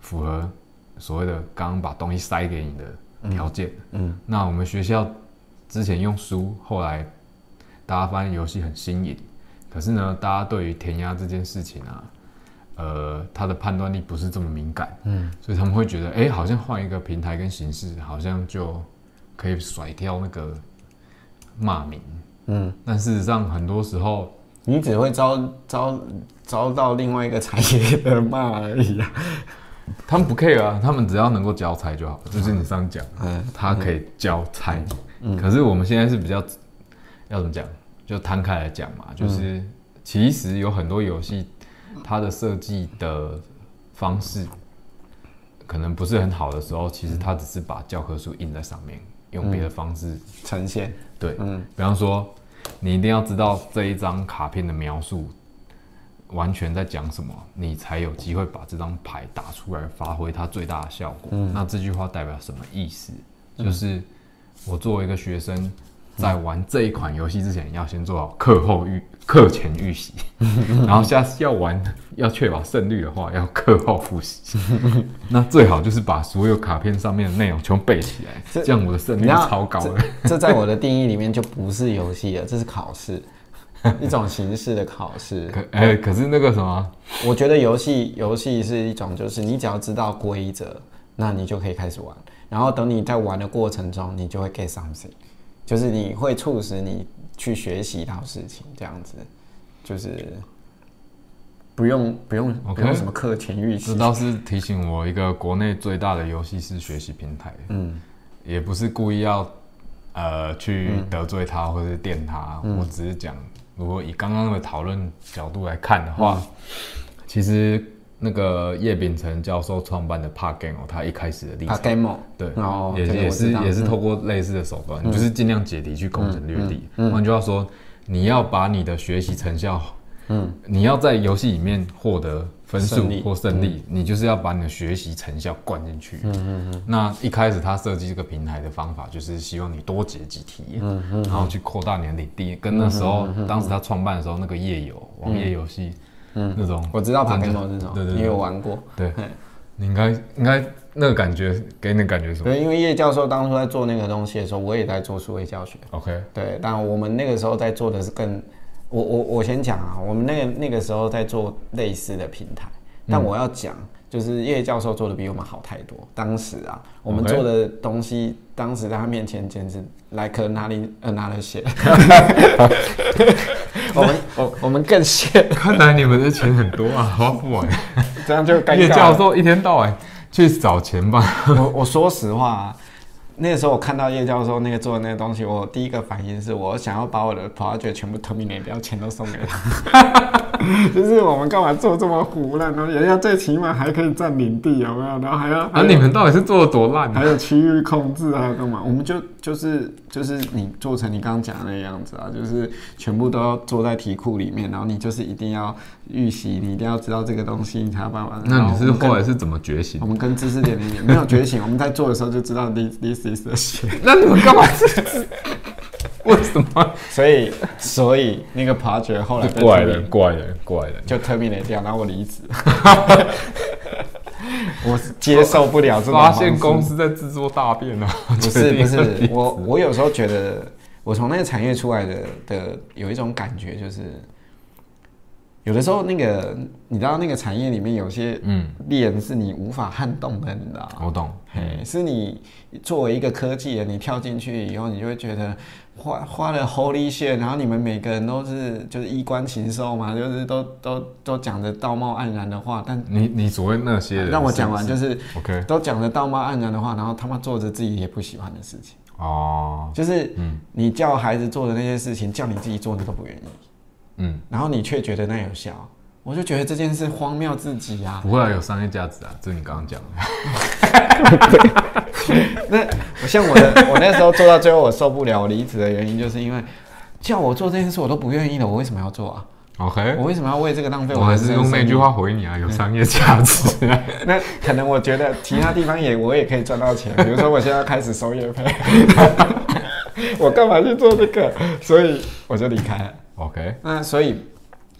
Speaker 2: 符合所谓的刚刚把东西塞给你的条件。
Speaker 1: 嗯
Speaker 2: 那我们学校之前用书，后来大家发现游戏很新颖，可是呢，大家对于填鸭这件事情啊，呃，他的判断力不是这么敏感，嗯，所以他们会觉得，哎、好像换一个平台跟形式，好像就可以甩掉那个骂名，嗯，但事实上很多时候。
Speaker 1: 你只会遭遭遭到另外一个产业的骂而已啊。
Speaker 2: 他们不 care 啊，他们只要能够交差就好。就是你上讲，
Speaker 1: 嗯
Speaker 2: 他可以交差。可是我们现在是比较要怎么讲，就摊开来讲嘛，就是、其实有很多游戏，它的设计的方式可能不是很好的时候，其实它只是把教科书印在上面，用别的方式
Speaker 1: 呈现，
Speaker 2: 对，比方说，你一定要知道这一张卡片的描述完全在讲什么，你才有机会把这张牌打出来，发挥它最大的效果。那这句话代表什么意思？就是我作为一个学生，在玩这一款游戏之前，要先做好课后预、课前预习，然后下次要玩要确保胜率的话，要课后复习。那最好就是把所有卡片上面的内容全部背起来，
Speaker 1: 这
Speaker 2: 这样我的胜率
Speaker 1: 你
Speaker 2: 是
Speaker 1: 知道
Speaker 2: 超高的。
Speaker 1: 这这在我的定义里面就不是游戏了，这是考试，一种形式的考试。
Speaker 2: 可哎、可是那个什么，
Speaker 1: 我觉得游戏游戏是一种，就是你只要知道规则，那你就可以开始玩。然后等你在玩的过程中，你就会 get something，就是你会促使你去学习到事情，这样子，就是不用不用
Speaker 2: OK
Speaker 1: 不用什么课前预
Speaker 2: 这
Speaker 1: 习。
Speaker 2: 倒是提醒我一个国内最大的游戏式学习平台，
Speaker 1: 嗯，
Speaker 2: 也不是故意要呃去得罪他或是电他，我只是讲，如果以刚刚的讨论角度来看的话，其实那个叶秉成教授创办的 Park Game 哦，他一开始的立
Speaker 1: 把
Speaker 2: 场。
Speaker 1: game
Speaker 2: 对，
Speaker 1: 哦
Speaker 2: 也
Speaker 1: 这个
Speaker 2: 也
Speaker 1: 我
Speaker 2: 是
Speaker 1: 知道嗯
Speaker 2: 也是透过类似的手段，你就是尽量解题去攻城略地。换句话说，你要把你的学习成效，嗯，你要在游戏里面获得分数
Speaker 1: 胜利嗯
Speaker 2: 或胜利，你就是要把你的学习成效灌进去。嗯嗯嗯。那一开始他设计这个平台的方法，就是希望你多解几题，
Speaker 1: 嗯
Speaker 2: 然后去扩大你的领地。跟那时候当时他创办的时候，那个页游网页游戏，那种
Speaker 1: 嗯我知道把
Speaker 2: 真的
Speaker 1: game 这种
Speaker 2: 对，对
Speaker 1: 你有
Speaker 2: 对
Speaker 1: 玩过？
Speaker 2: 对
Speaker 1: 嘿。
Speaker 2: 你应该应该那个感觉给你的感觉是什么
Speaker 1: 对，因为叶教授当初在做那个东西的时候，我也在做数位教学。
Speaker 2: ？OK，
Speaker 1: 对，但我们那个时候在做的是更，我我我先讲啊，我们那个那个时候在做类似的平台，但我要讲，就是叶教授做的比我们好太多。当时啊，我们
Speaker 2: OK
Speaker 1: 做的东西，当时在他面前简直 like another another shit。我们我我们更 shit，
Speaker 2: 看来你们的钱很多 啊，花不完。
Speaker 1: 这样就尴尬了。
Speaker 2: 叶教授一天到晚去找钱吧。
Speaker 1: 我我说实话、啊，那个时候我看到叶教授那个做的那个东西，我第一个反应是我想要把我的 project 全部 terminate 掉，钱都送给他。 就是我们干嘛做这么胡乱呢？人家最起码还可以占领地，有没有？然后还要
Speaker 2: 啊，你们到底是做的多烂啊？
Speaker 1: 还有区域控制，还有干嘛？我们就就是就是你做成你刚刚讲的那样子啊，就是全部都要做在题库里面，然后你就是一定要预习，你一定要知道这个东西，你才有办法。
Speaker 2: 那
Speaker 1: 然
Speaker 2: 你是
Speaker 1: 后我们跟
Speaker 2: 后来是怎么觉醒
Speaker 1: 我？们跟知识点零也没有觉醒，我们在做的时候就知道 this this is the shit。
Speaker 2: 那你们干嘛是？为什么？
Speaker 1: 所以所以那个 project 后来被
Speaker 2: 怪
Speaker 1: terminate-
Speaker 2: 人，怪人，怪人。
Speaker 1: 就 terminate 掉，然后我离职。 我是接受不了这种
Speaker 2: 发现公
Speaker 1: 方式
Speaker 2: 司在制作大便啊！
Speaker 1: 不是不是，我我有时候觉得我从那个产业出来的的有一种感觉就是。有的时候，那个你知道，那个产业里面有些
Speaker 2: 嗯
Speaker 1: 链是你无法撼动的，你知道吗？
Speaker 2: 我懂。
Speaker 1: 嘿，是你作为一个科技人，你跳进去以后，你就会觉得花花了 holy shit，然后你们每个人都是就是衣冠禽兽嘛，就是都都都讲着道貌岸然的话，但
Speaker 2: 你你所谓那些人，
Speaker 1: 让我讲完就是
Speaker 2: 是 OK
Speaker 1: 都讲着道貌岸然的话，然后他妈做着自己也不喜欢的事情，
Speaker 2: 哦，
Speaker 1: 就是你叫孩子做的那些事情，叫你自己做你都不愿意，
Speaker 2: 嗯，
Speaker 1: 然后你却觉得那有效，我就觉得这件事荒谬至极啊！
Speaker 2: 不会啊有商业价值啊，这你刚刚讲的。
Speaker 1: 那我像我的，我那时候做到最后我受不了，我离职的原因就是因为叫我做这件事我都不愿意了，我为什么要做啊？
Speaker 2: OK，
Speaker 1: 我为什么要为这个浪费
Speaker 2: 我
Speaker 1: 的
Speaker 2: 还
Speaker 1: 人
Speaker 2: 是
Speaker 1: 生
Speaker 2: 用那句话回你啊，有商业价值啊。
Speaker 1: 生命？那可能我觉得其他地方也我也可以赚到 钱，比如说我现在要开始收业费，我干嘛去做这个？所以我就离开了。
Speaker 2: OK，
Speaker 1: 那所以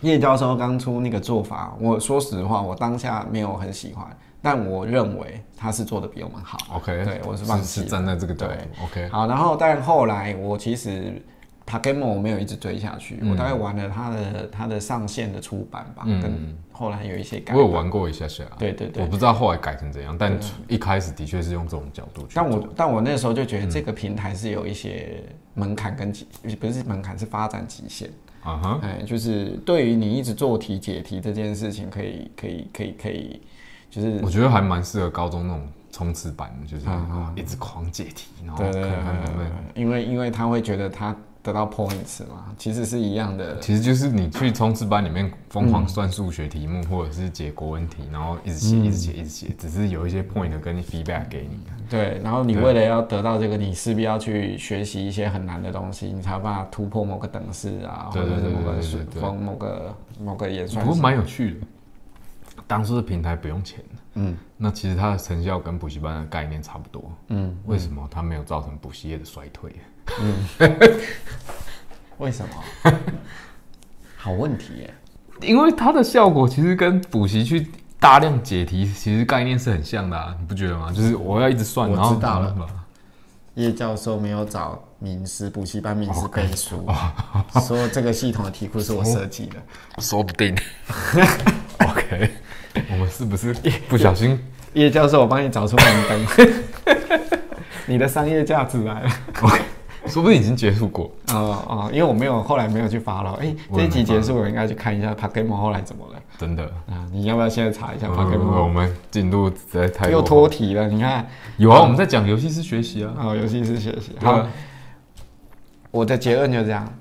Speaker 1: 叶教授刚出那个做法，我说实话，我当下没有很喜欢，但我认为他是做的比我们好。
Speaker 2: OK，
Speaker 1: 对我是放
Speaker 2: 是
Speaker 1: 弃
Speaker 2: 是
Speaker 1: 的
Speaker 2: 站在这个角度
Speaker 1: 对
Speaker 2: OK，
Speaker 1: 好，然后但后来我其实 p a g a m o 我没有一直追下去，我大概玩了它的它的上线的初版吧，
Speaker 2: 嗯
Speaker 1: 跟后来有一些改
Speaker 2: 我。有玩过一下下，
Speaker 1: 对对对
Speaker 2: 我不知道后来改成怎样，但一开始的确是用这种角度去做。
Speaker 1: 但我但我那时候就觉
Speaker 2: 嗯
Speaker 1: 得这个平台是有一些门槛跟极，不是门槛是发展极限，
Speaker 2: 啊哈，
Speaker 1: 哎、就是对于你一直做题解题这件事情可以可以可以可以，就是
Speaker 2: 我觉得还蛮适合高中那种冲刺班的，就是
Speaker 1: 嗯嗯
Speaker 2: 一直狂解题，然后
Speaker 1: 对
Speaker 2: 看
Speaker 1: 对对对
Speaker 2: 看看
Speaker 1: 对
Speaker 2: 看。，
Speaker 1: 呃因为因为他会觉得他得到 points 嘛，其实是一样的，
Speaker 2: 其实就是你去冲刺班里面疯
Speaker 1: 嗯
Speaker 2: 狂算数学题目，或者是解国文题，然后一直写、一直写、一直写，只是有一些 point 跟 feedback 给你。
Speaker 1: 对，然后你为了要得到这个，你势必要去学习一些很难的东西，你才有办法突破某个等式啊，或
Speaker 2: 对
Speaker 1: 者是
Speaker 2: 对对
Speaker 1: 某个
Speaker 2: 对对
Speaker 1: 数
Speaker 2: 对对
Speaker 1: 某某个某个演算
Speaker 2: 不过
Speaker 1: 式。
Speaker 2: 蛮有趣的，当初的平台不用钱的，嗯，那其实它的成效跟补习班的概念差不多，嗯，为什么它没有造成补习业的衰退？
Speaker 1: 为什么？ 好问题耶。
Speaker 2: 因为它的效果其实跟补习去大量解题，其实概念是很像的啊，你不觉得吗？就是我要一直算，
Speaker 1: 我
Speaker 2: 然后
Speaker 1: 知道了
Speaker 2: 想办法
Speaker 1: 叶教授没有找名师，补习班名师背书，说这个系统的题库是我设计的。
Speaker 2: 说不定。OK，我们是不是不小心？
Speaker 1: 叶教授，我帮你找出红灯， 你的商业价值来了。
Speaker 2: 说不定已经接触过。
Speaker 1: 哦哦，因为我没有后来没有去发了。哎、
Speaker 2: 我
Speaker 1: 这
Speaker 2: 也
Speaker 1: 一
Speaker 2: 没
Speaker 1: 集结束，我应该去看一下 Pokemon 后来怎么了
Speaker 2: 真的，
Speaker 1: 啊？你要不要现在查一下
Speaker 2: 不不不
Speaker 1: Pokemon？、
Speaker 2: 我们进度实在嗯太
Speaker 1: 又
Speaker 2: 落后
Speaker 1: 脱题了，你看，
Speaker 2: 有啊，我们在讲游戏是学习啊。
Speaker 1: 哦，游戏是学习。
Speaker 2: 对
Speaker 1: 好
Speaker 2: 啊，，
Speaker 1: 我的结论就这样。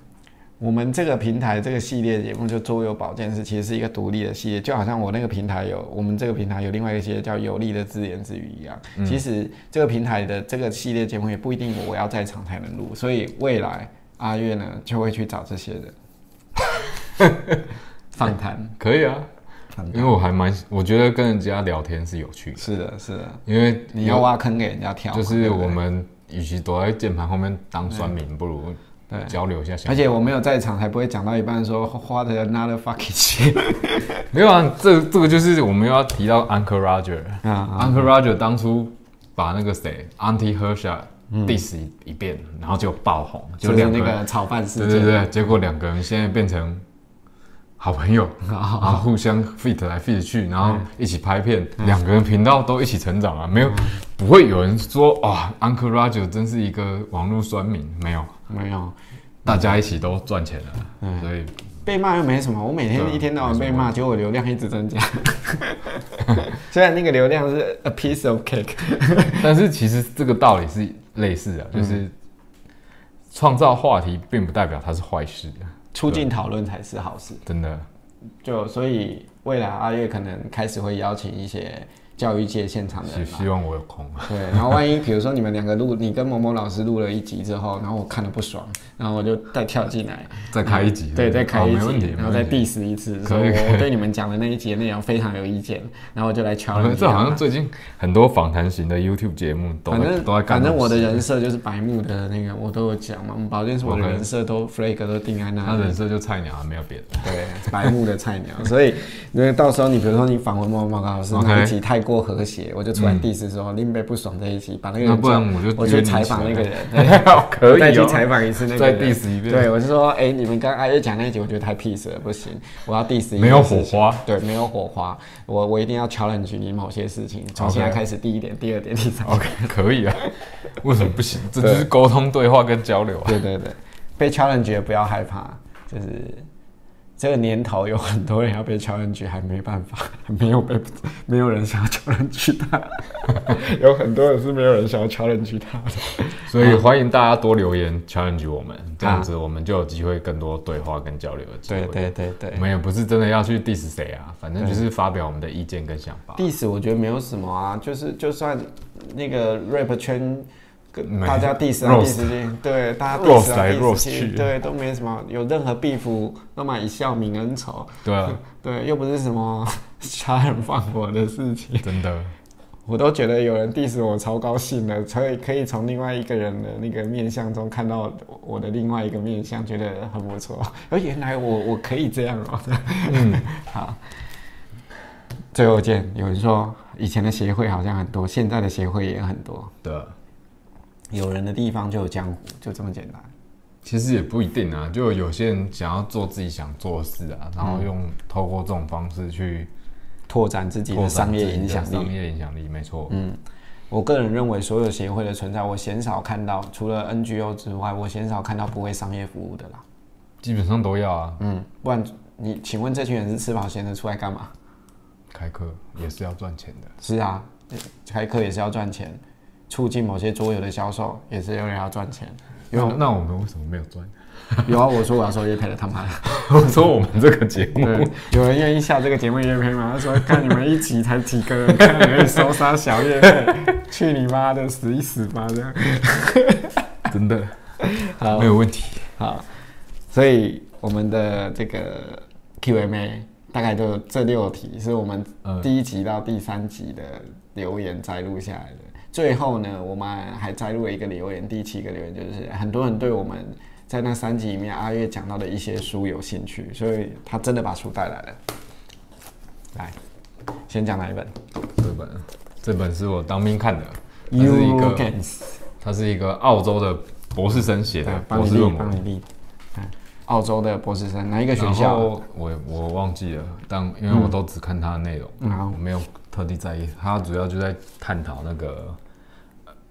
Speaker 1: 我们这个平台这个系列节目就桌游保健室，其实是一个独立的系列，就好像我那个平台有我们这个平台有另外一个系列叫有力的自言自语一样。
Speaker 2: 嗯
Speaker 1: 其实这个平台的这个系列节目也不一定我要在场才能录，所以未来阿月呢就会去找这些人 访谈。
Speaker 2: 可以啊，因为我还蛮，我觉得跟人家聊天是有趣的，
Speaker 1: 是的，是的，
Speaker 2: 因为
Speaker 1: 你要挖坑给人家跳嘛，
Speaker 2: 就是
Speaker 1: 对不对
Speaker 2: 我们与其躲在键盘后面当酸民，不如
Speaker 1: 对
Speaker 2: 交流一下想
Speaker 1: 而
Speaker 2: 法。
Speaker 1: 且我没有在场，还不会讲到一半说花的 another fucking shit
Speaker 2: 没有啊，这这个就是我们又要提到 Uncle Roger。
Speaker 1: 啊，
Speaker 2: Uncle Roger 当初把那个谁 Auntie Hersha diss 一一遍，然后就爆红，
Speaker 1: 就
Speaker 2: 就是两个
Speaker 1: 那
Speaker 2: 人，
Speaker 1: 个炒饭事
Speaker 2: 对
Speaker 1: 件。
Speaker 2: 对对，结果两个人现在变成好朋友，
Speaker 1: 啊
Speaker 2: 然后互相 fit 来 fit 去，然
Speaker 1: 嗯
Speaker 2: 后一起拍片，两个人频道都一起成长啊，没有不会有人说哇 Uncle Roger 真是一个网络酸民，没有，
Speaker 1: 没有
Speaker 2: 大家一起都赚钱了，
Speaker 1: 嗯
Speaker 2: 所以
Speaker 1: 被骂又没什么，我每
Speaker 2: 对啊
Speaker 1: 天一天到晚被骂，结果我流量一直 增加。虽然那个流量是 a piece of cake，
Speaker 2: 但是其实这个道理是类似的，
Speaker 1: 嗯
Speaker 2: 就是创造话题并不代表它是坏事，
Speaker 1: 促进讨论才是好事。
Speaker 2: 真的。
Speaker 1: 就所以未来阿月可能开始会邀请一些教育界现场的
Speaker 2: 希
Speaker 1: 人
Speaker 2: 希
Speaker 1: 来。
Speaker 2: 望我有空啊，
Speaker 1: 对，然后万一比如说你们两个录，你跟某某老师录了一集之后，然后我看了不爽，然后我就再跳进来，
Speaker 2: 再开一集。
Speaker 1: 对，再开一
Speaker 2: 哦没问
Speaker 1: 集，
Speaker 2: 题，
Speaker 1: 然后
Speaker 2: 没
Speaker 1: 再
Speaker 2: 问题。
Speaker 1: diss 一次，说
Speaker 2: 可以可
Speaker 1: 我
Speaker 2: 以
Speaker 1: 对你们讲的那一集的内容非常有意见，然后我就来敲
Speaker 2: 好
Speaker 1: 你
Speaker 2: 了，
Speaker 1: 一
Speaker 2: 哦这好
Speaker 1: 下
Speaker 2: 像。最近很多访谈型的 YouTube 节目都
Speaker 1: 反
Speaker 2: 在
Speaker 1: 正
Speaker 2: 都在干
Speaker 1: 反
Speaker 2: 这
Speaker 1: 正
Speaker 2: 种事。
Speaker 1: 我的人设就是白目的那个，我都有讲嘛。我们保健是我的
Speaker 2: OK
Speaker 1: 人设都 flag 都定在那
Speaker 2: 他
Speaker 1: 里，
Speaker 2: 人设就菜鸟啊，没有别的。
Speaker 1: 对，白目的菜鸟。所以那个到时候你比如说你访问某某老师
Speaker 2: OK 嗯
Speaker 1: 哪一集太过和谐，我就出来 diss 说林北不爽这一集，把那个人
Speaker 2: 那不然
Speaker 1: 叫
Speaker 2: 我就
Speaker 1: 我
Speaker 2: 约
Speaker 1: 去
Speaker 2: 你
Speaker 1: 采
Speaker 2: 起
Speaker 1: 访
Speaker 2: 来
Speaker 1: 那 个人，对
Speaker 2: 可
Speaker 1: 再
Speaker 2: 以
Speaker 1: 去
Speaker 2: 哦
Speaker 1: 采访一次那个
Speaker 2: 再
Speaker 1: 人
Speaker 2: diss 一遍
Speaker 1: 对，我是说，哎，你们刚阿月讲那一集，我觉得太 peace 了，不行，我要 diss 一
Speaker 2: 没有
Speaker 1: 件事
Speaker 2: 火
Speaker 1: 情
Speaker 2: 花
Speaker 1: 对，没有火花，我我一定要 challenge 你某些事情，从
Speaker 2: OK
Speaker 1: 现在开始第一点、第二点、第三点。
Speaker 2: OK，可以啊，为什么不行？这就
Speaker 1: 对
Speaker 2: 是沟通、对话跟交流啊。
Speaker 1: 对对对，被 challenge 也不要害怕，就是这个年头有很多人要被 challenge，还没办法， 还没有被没有人想要 challenge 他， 有很多人是没有人想要 challenge 他的。
Speaker 2: 所以欢迎大家多留言 challenge 我们，这样子我们就有机会更多对话跟交流的机会。
Speaker 1: 啊对对对对
Speaker 2: 我们也不是真的要去 diss 谁啊，反正就是发表我们的意见跟想法。
Speaker 1: ，diss 我觉得没有什么啊，就是就算那个 rap 圈。跟
Speaker 2: 没
Speaker 1: 大家 diss 啊
Speaker 2: roast
Speaker 1: diss 去，对，大家
Speaker 2: roast
Speaker 1: diss 啊
Speaker 2: 来
Speaker 1: diss
Speaker 2: roast
Speaker 1: 去，
Speaker 2: 去
Speaker 1: 对，都没什么，有任何 beef，那么一笑泯恩仇，
Speaker 2: 对啊，
Speaker 1: 对，又不是什么杀人放火的事情。
Speaker 2: 真的，
Speaker 1: 我都觉得有人 diss 我超高兴的，所以可以从另外一个人的那个面相中看到我的另外一个面相，觉得很不错。而原来我我可以这样哦、嗯， 好。最后见，有人说以前的协会好像很多，现在的协会也很多。
Speaker 2: 对啊。
Speaker 1: 有人的地方就有江湖，就这么简单。
Speaker 2: 其实也不一定啊，就有些人想要做自己想做的事啊，然后用透过这种方式去
Speaker 1: 拓展自己
Speaker 2: 拓
Speaker 1: 的
Speaker 2: 展
Speaker 1: 商业
Speaker 2: 自己的
Speaker 1: 影响力
Speaker 2: 商，业影响力没错。嗯，
Speaker 1: 我个人认为，所有协会的存在，我鲜少看到，除了 NGO 之外，我鲜少看到不为商业服务的啦。
Speaker 2: 基本上都要啊，
Speaker 1: 嗯，不然你请问这群人是吃饱闲着出来干嘛？
Speaker 2: 开课也是要赚钱的。
Speaker 1: 是啊，开课也是要赚钱，促进某些桌游的销售也是有人要赚钱。
Speaker 2: 那那我们为什么没有赚？
Speaker 1: 有啊，我说我要收叶配了，他妈的！
Speaker 2: 我说我们这个节目
Speaker 1: 对，有人愿意下这个节目叶配吗？他说看你们一集才几个人，看你们收杀小叶 配，去你妈的，死一死吧！这样。
Speaker 2: 真的
Speaker 1: 好
Speaker 2: 没有问题。
Speaker 1: 好，所以我们的这个 Q&A 大概就这六题是我们
Speaker 2: 嗯
Speaker 1: 第一集到第三集的留言摘录下来的。最后呢，我们还摘录了一个留言，第七个留言就是很多人对我们在那三集里面阿月讲到的一些书有兴趣，所以他真的把书带来了。来，先讲哪一本
Speaker 2: 这本这本是我当兵看的，它是一个
Speaker 1: Gans
Speaker 2: 它是一个澳洲的博士生写的
Speaker 1: 对，
Speaker 2: 博
Speaker 1: 帮你
Speaker 2: 士
Speaker 1: 立
Speaker 2: 论，
Speaker 1: 帮
Speaker 2: 文
Speaker 1: 你，立。嗯澳洲的博士生，哪一个学
Speaker 2: 然
Speaker 1: 校？
Speaker 2: 后我我忘记了，但因为我都只看它的内容，
Speaker 1: 嗯好
Speaker 2: 啊我没有特地在意，它主要就在探讨那个。呃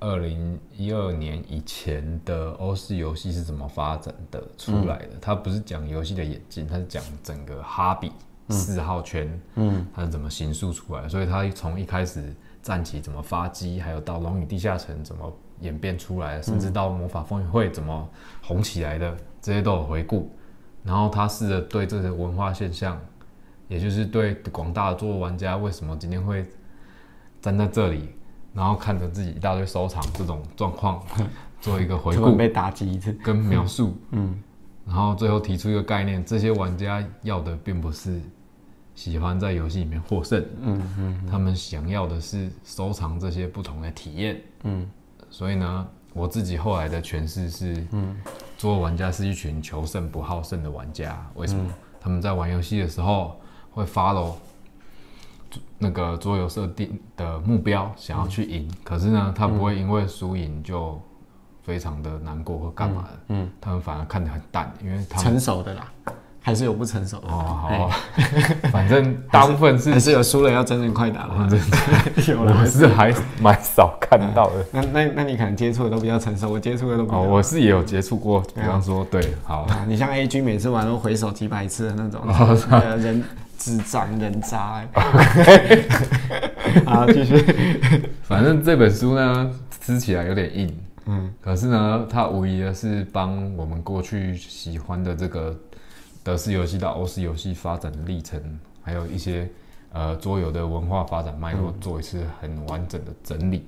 Speaker 2: 二零一二年以前的欧式游戏是怎么发展的出来的？它不是讲游戏的演进，它是讲整个哈比四号圈，嗯，它是怎么形塑出来的？所以它从一开始战旗怎么发迹，还有到龙与地下城怎么演变出来的，甚至到魔法风云会怎么红起来的，这些都有回顾。然后他试着对这个文化现象，也就是对广大的桌游玩家为什么今天会站在这里，然后看着自己一大堆收藏这种状 况，做一个回
Speaker 1: 突然
Speaker 2: 顾
Speaker 1: 被打击一次。
Speaker 2: 跟描述，嗯，然后最后提出一个概念，这些玩家要的并不是喜欢在游戏里面获胜，嗯嗯，他们想要的是收藏这些不同的体验，
Speaker 1: 嗯，
Speaker 2: 所以呢，我自己后来的诠释是，嗯，做玩家是一群求胜不好胜的玩家，为什么？他们在玩游戏的时候会 follow 那个桌游设定的目标，想要去赢，可是呢，他不会因为输赢就非常的难过或干嘛的，嗯，他们反而看得很淡，因为他们
Speaker 1: 成熟的啦，还是有不成熟的。
Speaker 2: 哦，好
Speaker 1: 嘿
Speaker 2: 啊， 反正大部分 是
Speaker 1: 还是有输了要真人快打了，
Speaker 2: 哦
Speaker 1: 有
Speaker 2: 我
Speaker 1: 了。
Speaker 2: 是还蛮少看到的。
Speaker 1: 那那那你可能接触的都比较成熟，我接触的都比较
Speaker 2: 哦，我是也有接触过，比方说对，好，
Speaker 1: 啊你像 A G 每次玩都回手几百次的那种，
Speaker 2: 哦
Speaker 1: 呃人智障人渣、 欸。好，继续。
Speaker 2: 反正这本书呢，吃起来有点硬，嗯，可是呢，它无疑的是帮我们过去喜欢的这个德式游戏到欧式游戏发展的历程，还有一些呃桌游的文化发展脉络做一次很完整的整理。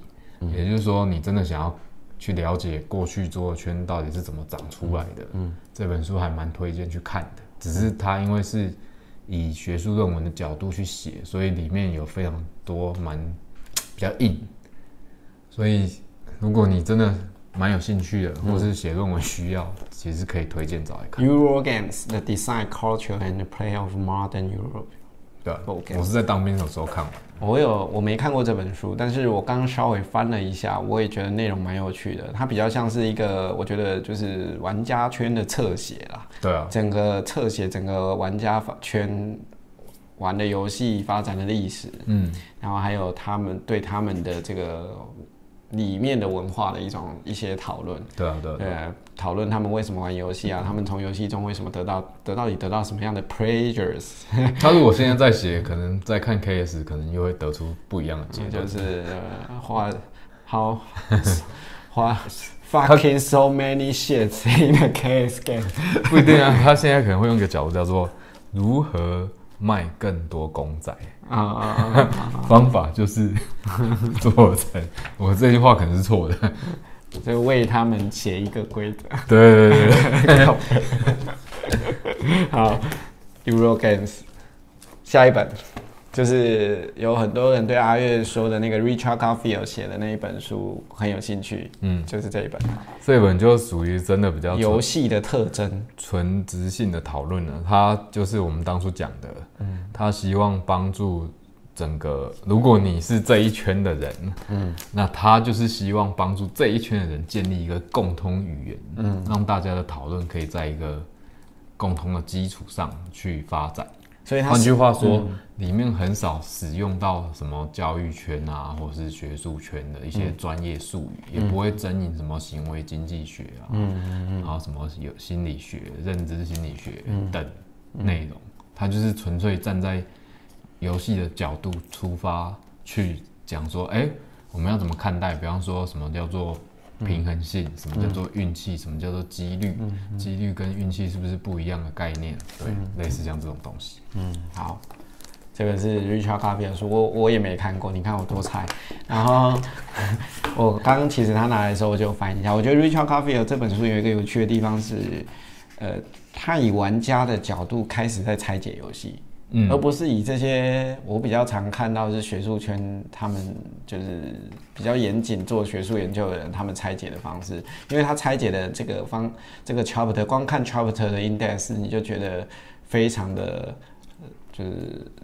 Speaker 2: 也就是说，你真的想要去了解过去桌游圈到底是怎么长出来的，嗯，这本书还蛮推荐去看的。只是它因为是以学术论文的角度去写，所以里面有非常多蛮比较硬。所以，如果你真的蛮有兴趣的，或是写论文需要，其实可以推荐找来看。
Speaker 1: Eurogames: The Design, Culture and the Play of Modern Europe。
Speaker 2: 对啊，
Speaker 1: OK
Speaker 2: 我是在当兵的时候看完。
Speaker 1: 我有我没看过这本书，但是我刚稍微翻了一下，我也觉得内容蛮有趣的。它比较像是一个，我觉得就是玩家圈的侧写啦。
Speaker 2: 对啊，
Speaker 1: 整个侧写整个玩家发圈玩的游戏发展的历史，
Speaker 2: 嗯，
Speaker 1: 然后还有他们对他们的这个里面的文化的一种一些讨论，
Speaker 2: 对啊，对啊，
Speaker 1: 对，讨论他们为什么玩游戏啊，他们从游戏中为什么得到得到底得到什么样的 pleasures，
Speaker 2: 他如果现在在写，可能在看 KS，可能又会得出不一样的结
Speaker 1: 也
Speaker 2: 论
Speaker 1: 嗯就。是呃花 好花 fucking so many shits in a case game，
Speaker 2: 不一定啊，他现在可能会用一个角度叫做如何卖更多公仔，
Speaker 1: 啊啊啊啊！
Speaker 2: 方法就是 做成。我这句话可能是错的。
Speaker 1: 就为他们写一个规则。
Speaker 2: 对对对对，
Speaker 1: 好，Euro Games，下一本就是有很多人对阿月说的那个 Richard Garfield 写的那一本书很有兴趣，嗯，就是这一本
Speaker 2: 这本就属于真的比较
Speaker 1: 游戏的特征，
Speaker 2: 纯质性的讨论呢，他就是我们当初讲的，嗯，他希望帮助整个，如果你是这一圈的人，嗯，那他就是希望帮助这一圈的人建立一个共通语言，嗯，让大家的讨论可以在一个共同的基础上去发展。
Speaker 1: 所以它
Speaker 2: 换
Speaker 1: 是
Speaker 2: 句话说，里面很少使用到什么教育圈啊，或是学术圈的一些专业术语，也不会争引什么行为经济学啊，然后什么有心理学、认知心理学等内容，它就是纯粹站在游戏的角度出发去讲说，哎、我们要怎么看待？比方说什么叫做平衡性，什么叫做运气，什么叫做几率？几率跟运气是不是不一样的概念？对，类似像这种东西。
Speaker 1: 好。这个是 Richard Garfield 的书，我我也没看过，你看我多菜。然后 我刚刚其实他拿来的时候，我就翻一下。我觉得 Richard Garfield 这本书有一个有趣的地方是，呃，他以玩家的角度开始在拆解游戏。
Speaker 2: 嗯
Speaker 1: 而不是以这些我比较常看到就是学术圈他们就是比较严谨做学术研究的人他们拆解的方式，因为他拆解的这个方这个 chapter，光看 chapter 的 index 你就觉得非常的呃就是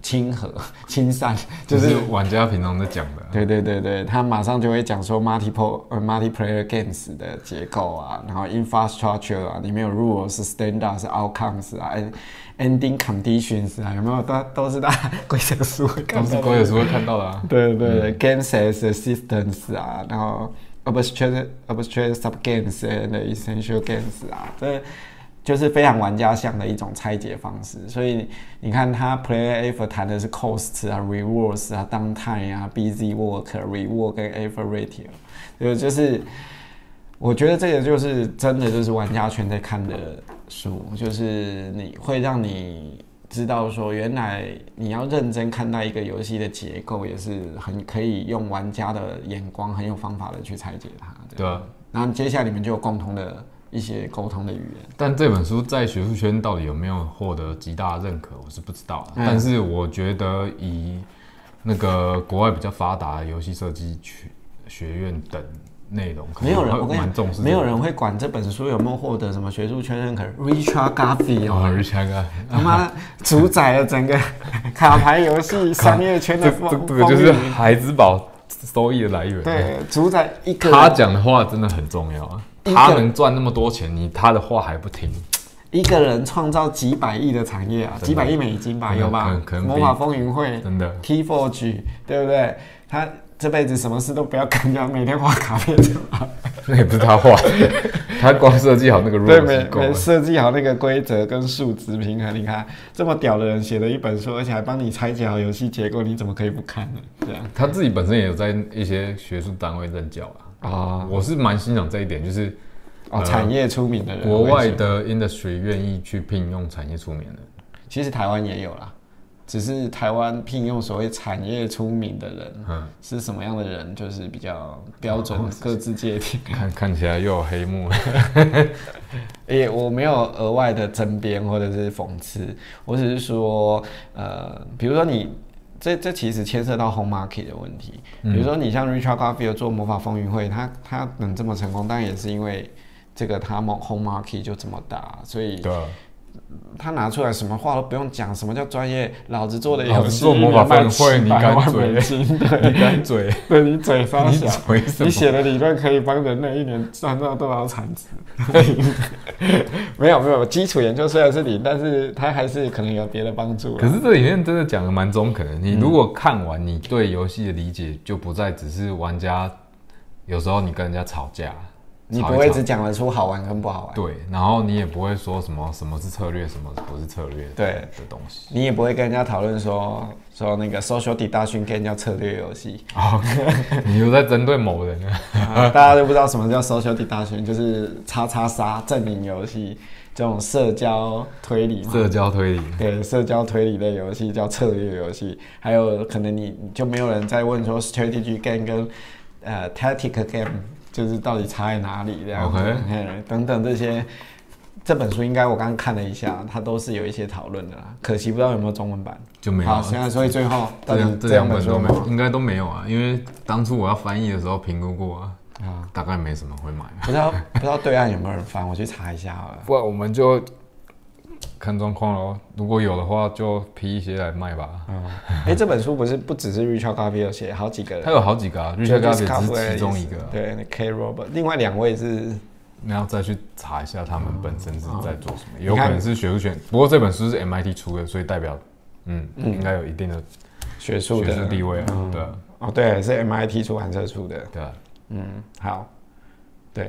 Speaker 1: 亲和 亲善，
Speaker 2: 就
Speaker 1: 就是是。
Speaker 2: 玩家平常在讲的啊，
Speaker 1: 对对对对，他马上就会讲说 multiple 呃 multiplayer games 的结构啊，然后 infrastructure 啊，里面有 rules、standards、outcomes 啊，end-，ending conditions 啊，有没有？都都是大家 规则书会看到
Speaker 2: 都是
Speaker 1: 的
Speaker 2: 鬼有时候会看到的啊。
Speaker 1: 对对对、g a m e sets assistance 啊，然后 abstract abstract subgames and essential games 啊，这就是非常玩家向的一种拆解方式。所以你看，他 player effort 谈的是 cost 啊、rewards 啊、downtime 啊、busy work、reward 跟 effort ratio，对，就是。我觉得这个就是真的，就是玩家圈在看的书，就是你会让你知道说，原来你要认真看待一个游戏的结构，也是很可以用玩家的眼光，很有方法的去拆解它。
Speaker 2: 对啊，
Speaker 1: 然后接下来你们就有共同的一些沟通的语言。
Speaker 2: 但这本书在学术圈到底有没有获得极大的认可，我是不知道、啊。
Speaker 1: 嗯
Speaker 2: 但是我觉得以那个国外比较发达的游戏设计学学院等内容，可能
Speaker 1: 没有人，
Speaker 2: 会
Speaker 1: 我跟你
Speaker 2: 蛮重视
Speaker 1: 讲，
Speaker 2: 这个，
Speaker 1: 没有人会管这本书有没有获得什么学术圈认可。Richard Garvey
Speaker 2: 啊，
Speaker 1: 哦，
Speaker 2: 日强啊，
Speaker 1: 他妈主宰了整个卡牌游戏商业圈的
Speaker 2: 这这
Speaker 1: 风
Speaker 2: 这个
Speaker 1: 风
Speaker 2: 就是
Speaker 1: 云。
Speaker 2: 孩之宝收益的来源。，啊
Speaker 1: 对，主宰一个
Speaker 2: 他讲的话真的很重要啊，
Speaker 1: 一个
Speaker 2: 他能赚那么多钱，你他的话还不听，
Speaker 1: 一个人创造几百亿的产业啊，
Speaker 2: 的
Speaker 1: 几百亿美金吧，
Speaker 2: 可能
Speaker 1: 有
Speaker 2: 可
Speaker 1: 吧
Speaker 2: 能可？能比
Speaker 1: 魔法风云会
Speaker 2: 真的。
Speaker 1: T4G，对不对？他这辈子什么事都不要干掉，每天画卡片 就好。
Speaker 2: 那也不是他画，他光设计好那个 r u
Speaker 1: 对，
Speaker 2: l
Speaker 1: 没
Speaker 2: e 够
Speaker 1: 没
Speaker 2: 了。
Speaker 1: 设计好那个规则跟数值平衡。你看这么屌的人写了一本书，而且还帮你拆解好游戏结构，你怎么可以不看呢？对啊，
Speaker 2: 他自己本身也有在一些学术单位任教啊。
Speaker 1: 啊，
Speaker 2: 我是蛮欣赏这一点，就是
Speaker 1: 哦，产业出名的人，
Speaker 2: 国
Speaker 1: 我
Speaker 2: 外
Speaker 1: 也觉得
Speaker 2: 的 industry 愿意去聘用产业出名的。
Speaker 1: 其实台湾也有啦，只是台湾聘用所谓产业出名的人，
Speaker 2: 嗯，
Speaker 1: 是什么样的人，就是比较标准，各自界定。
Speaker 2: 看看起来又有黑幕了。
Speaker 1: 也、我没有额外的争辩或者是讽刺，我只是说，呃，比如说你。这这其实牵涉到 home market 的问题，比如说你像 Richard Garfield 做魔法风云会，他他能这么成功，当然也是因为这个他 mo- home market 就这么大，所以
Speaker 2: 对啊，
Speaker 1: 他拿出来什么话都不用讲，什么叫专业，老子做的
Speaker 2: 老
Speaker 1: 游
Speaker 2: 子
Speaker 1: 戏
Speaker 2: 做魔法风云会
Speaker 1: 一年卖
Speaker 2: 你敢
Speaker 1: 700万美金，
Speaker 2: 你干嘴，
Speaker 1: 对你嘴发
Speaker 2: 你
Speaker 1: 小，
Speaker 2: 嘴
Speaker 1: 你
Speaker 2: 什么？
Speaker 1: 写的理论可以帮人类一年赚到多少产值？ 没有没有，基础研究虽然是零，但是它还是可能有别的帮助啦。
Speaker 2: 可是这里面真的讲的蛮中肯的。你如果看完，你对游戏的理解就不再只是玩家。有时候你跟人家吵架，
Speaker 1: 你
Speaker 2: 吵
Speaker 1: 不
Speaker 2: 一
Speaker 1: 会
Speaker 2: 吵
Speaker 1: 只讲得出好玩跟不好玩，
Speaker 2: 对，然后你也不会说什么什么是策略，什么不是策略的
Speaker 1: 对
Speaker 2: 的东西。
Speaker 1: 你也不会跟人家讨论说说那个 social deduction 跟人家策略游 戏，
Speaker 2: 哦，你又在针对某人 啊？
Speaker 1: 啊大家都不知道什么叫 social deduction，就是叉叉杀阵营游戏这种社交推理嘛。
Speaker 2: 社交推理，
Speaker 1: 对，社交推理类游戏叫策略游戏，还有可能你你就没有人再问说 strategy game 跟呃 tactic game 就是到底差在哪里这样子
Speaker 2: OK
Speaker 1: 嘿等等这些。这本书应该我刚刚看了一下，它都是有一些讨论的啦，可惜不知道有没有中文版。
Speaker 2: 就没有
Speaker 1: 好，
Speaker 2: 了。
Speaker 1: 现在所以最后到底
Speaker 2: 这两这
Speaker 1: 这样
Speaker 2: 两
Speaker 1: 本
Speaker 2: 本
Speaker 1: 书
Speaker 2: 都
Speaker 1: 有
Speaker 2: 没
Speaker 1: 没
Speaker 2: 有，
Speaker 1: 有
Speaker 2: 应该都没有啊，因为当初我要翻译的时候评估过啊，
Speaker 1: 啊？
Speaker 2: 大概没什么会买啊。
Speaker 1: 不知道不知道对岸有没有人翻，我去查一下好了。
Speaker 2: 不然我们就看状况喽，如果有的话就批一些来卖吧。
Speaker 1: 哎，这本书不是不只是 Richard Garfield 写，好几个人
Speaker 2: 它有好几个啊，日下
Speaker 1: Joseph
Speaker 2: 咖啡
Speaker 1: Campbell
Speaker 2: 只是
Speaker 1: 也
Speaker 2: 其中一个啊，
Speaker 1: 对那，K. Robert，另外两位是
Speaker 2: 你要再去查一下他们本身是在做什么，有
Speaker 1: 你
Speaker 2: 可
Speaker 1: 看
Speaker 2: 能是学术圈。不过这本书是 MIT 出的，所以代表嗯应该有一定的
Speaker 1: 学术
Speaker 2: 学
Speaker 1: 的
Speaker 2: 术地位啊。对啊
Speaker 1: 哦，对，是 MIT 出版社出的。
Speaker 2: 对啊，
Speaker 1: 嗯，好，对，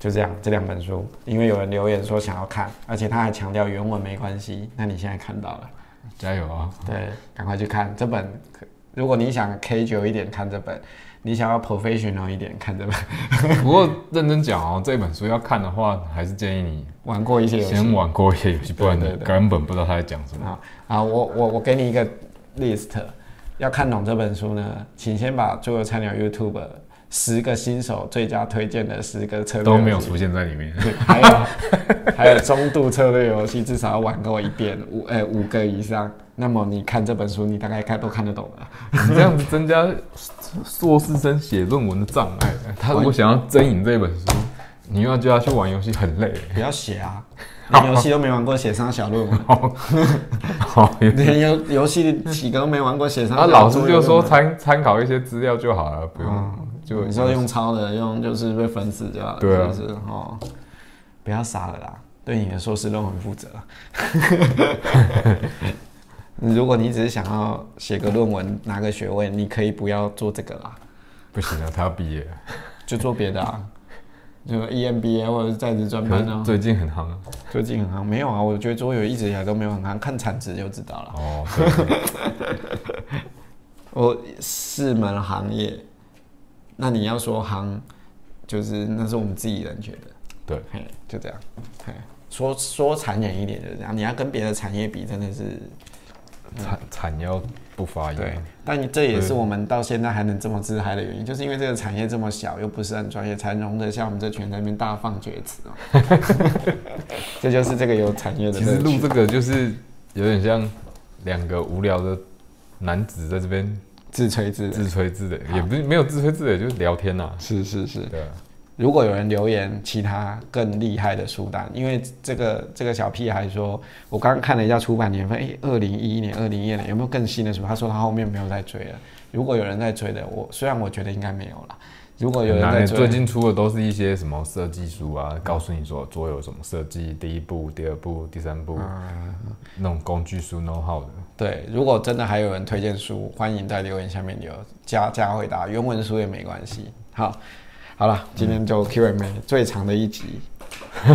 Speaker 1: 就这样，这两本书，因为有人留言说想要看，而且他还强调原文没关系，那你现在看到了，
Speaker 2: 加油啊！
Speaker 1: 对，赶快去看这本。可如果你想 K 九一点看这本，你想要 professional 一点看这本，
Speaker 2: 不过认真讲哦，这本书要看的话，还是建议你
Speaker 1: 玩过一些游戏
Speaker 2: 先玩过一些游戏，不然你
Speaker 1: 对对对
Speaker 2: 根本不知道他在讲什么。
Speaker 1: 啊啊，我我我给你一个 list，要看懂这本书呢，请先把《桌游菜鸟 YouTube》十个新手最佳推荐的十个策略
Speaker 2: 都没
Speaker 1: 游
Speaker 2: 有
Speaker 1: 戏
Speaker 2: 出现在里 面。
Speaker 1: 对还有还有中度策略游戏，至少要玩够一遍五呃五个以上。那么你看这本书，你大概看都看得懂了。
Speaker 2: 你这样子增加硕士生写论文的障碍。他如果想要征引这本书，你又要叫他去玩游戏，很累。
Speaker 1: 不要写啊， 连游戏都没玩过，写上小论 文。
Speaker 2: 好，
Speaker 1: 连游游戏几个都没玩过，写上
Speaker 2: 他
Speaker 1: 小
Speaker 2: 老师
Speaker 1: 作
Speaker 2: 就说
Speaker 1: 业论文
Speaker 2: 参参考一些资料就好了，不
Speaker 1: 嗯
Speaker 2: 用就
Speaker 1: 你说用抄的，用就是被粉死就好了，
Speaker 2: 对啊
Speaker 1: 是不是？哦，不要傻了啦，对你的硕士论文负责。 如果你只是想要写个论文拿个学位，你可以不要做这个啦，
Speaker 2: 不行啊，他要毕业了。
Speaker 1: 就做别的 啊，就 E EMBA 或者是在职专
Speaker 2: 可
Speaker 1: 班
Speaker 2: 是
Speaker 1: 啊。
Speaker 2: 最近很夯啊。
Speaker 1: 最近很夯，没有啊？我觉得桌游一直以来都没有很夯，看产值就知道了。
Speaker 2: 哦，对，
Speaker 1: 我四门行业，那你要说行，就是那是我们自己人觉得。
Speaker 2: 对
Speaker 1: 嘿，就这样，嘿，说说残忍一点就是这样，你要跟别的产业比，真的是
Speaker 2: 产产要不发
Speaker 1: 对
Speaker 2: 言。，
Speaker 1: 但这也是
Speaker 2: 对
Speaker 1: 我们到现在还能这么自嗨的原因，就是因为这个产业这么小，又不是很专业，才容得下我们这群人在那边大放厥词哦。 这就是这个有产业的
Speaker 2: 其实
Speaker 1: 乐趣
Speaker 2: 录这个就是有点像两个无聊的男子在这边
Speaker 1: 自吹自擂，
Speaker 2: 自吹自擂，也不是没有自吹自擂，就是聊天呐、啊。
Speaker 1: 是是是。
Speaker 2: 对啊，
Speaker 1: 如果有人留言其他更厉害的书单，因为这个这个小屁孩说，我刚刚看了一下出版年份，诶2二零一一年、二零一二年有没有更新的书？他说他后面没有在追了。如果有人在追的，我虽然我觉得应该没有啦，如果有人
Speaker 2: 很难
Speaker 1: 在
Speaker 2: 欸
Speaker 1: 追嗯
Speaker 2: 最，近出的都是一些什么设计书啊，告诉你说桌游怎么设计，第一步、第二步、第三步，
Speaker 1: 嗯
Speaker 2: 那种工具书 know how 的。
Speaker 1: 对，如果真的还有人推荐书，欢迎在留言下面留加加回答，原文书也没关系。好，好了，今天就 Q&A 最长的一集，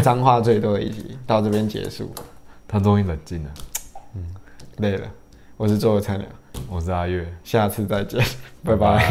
Speaker 1: 脏话最多的一集，到这边结束，
Speaker 2: 他终于冷静了。
Speaker 1: 累了，我是周有菜鸟。
Speaker 2: 我是阿月。
Speaker 1: 下次再见，拜拜。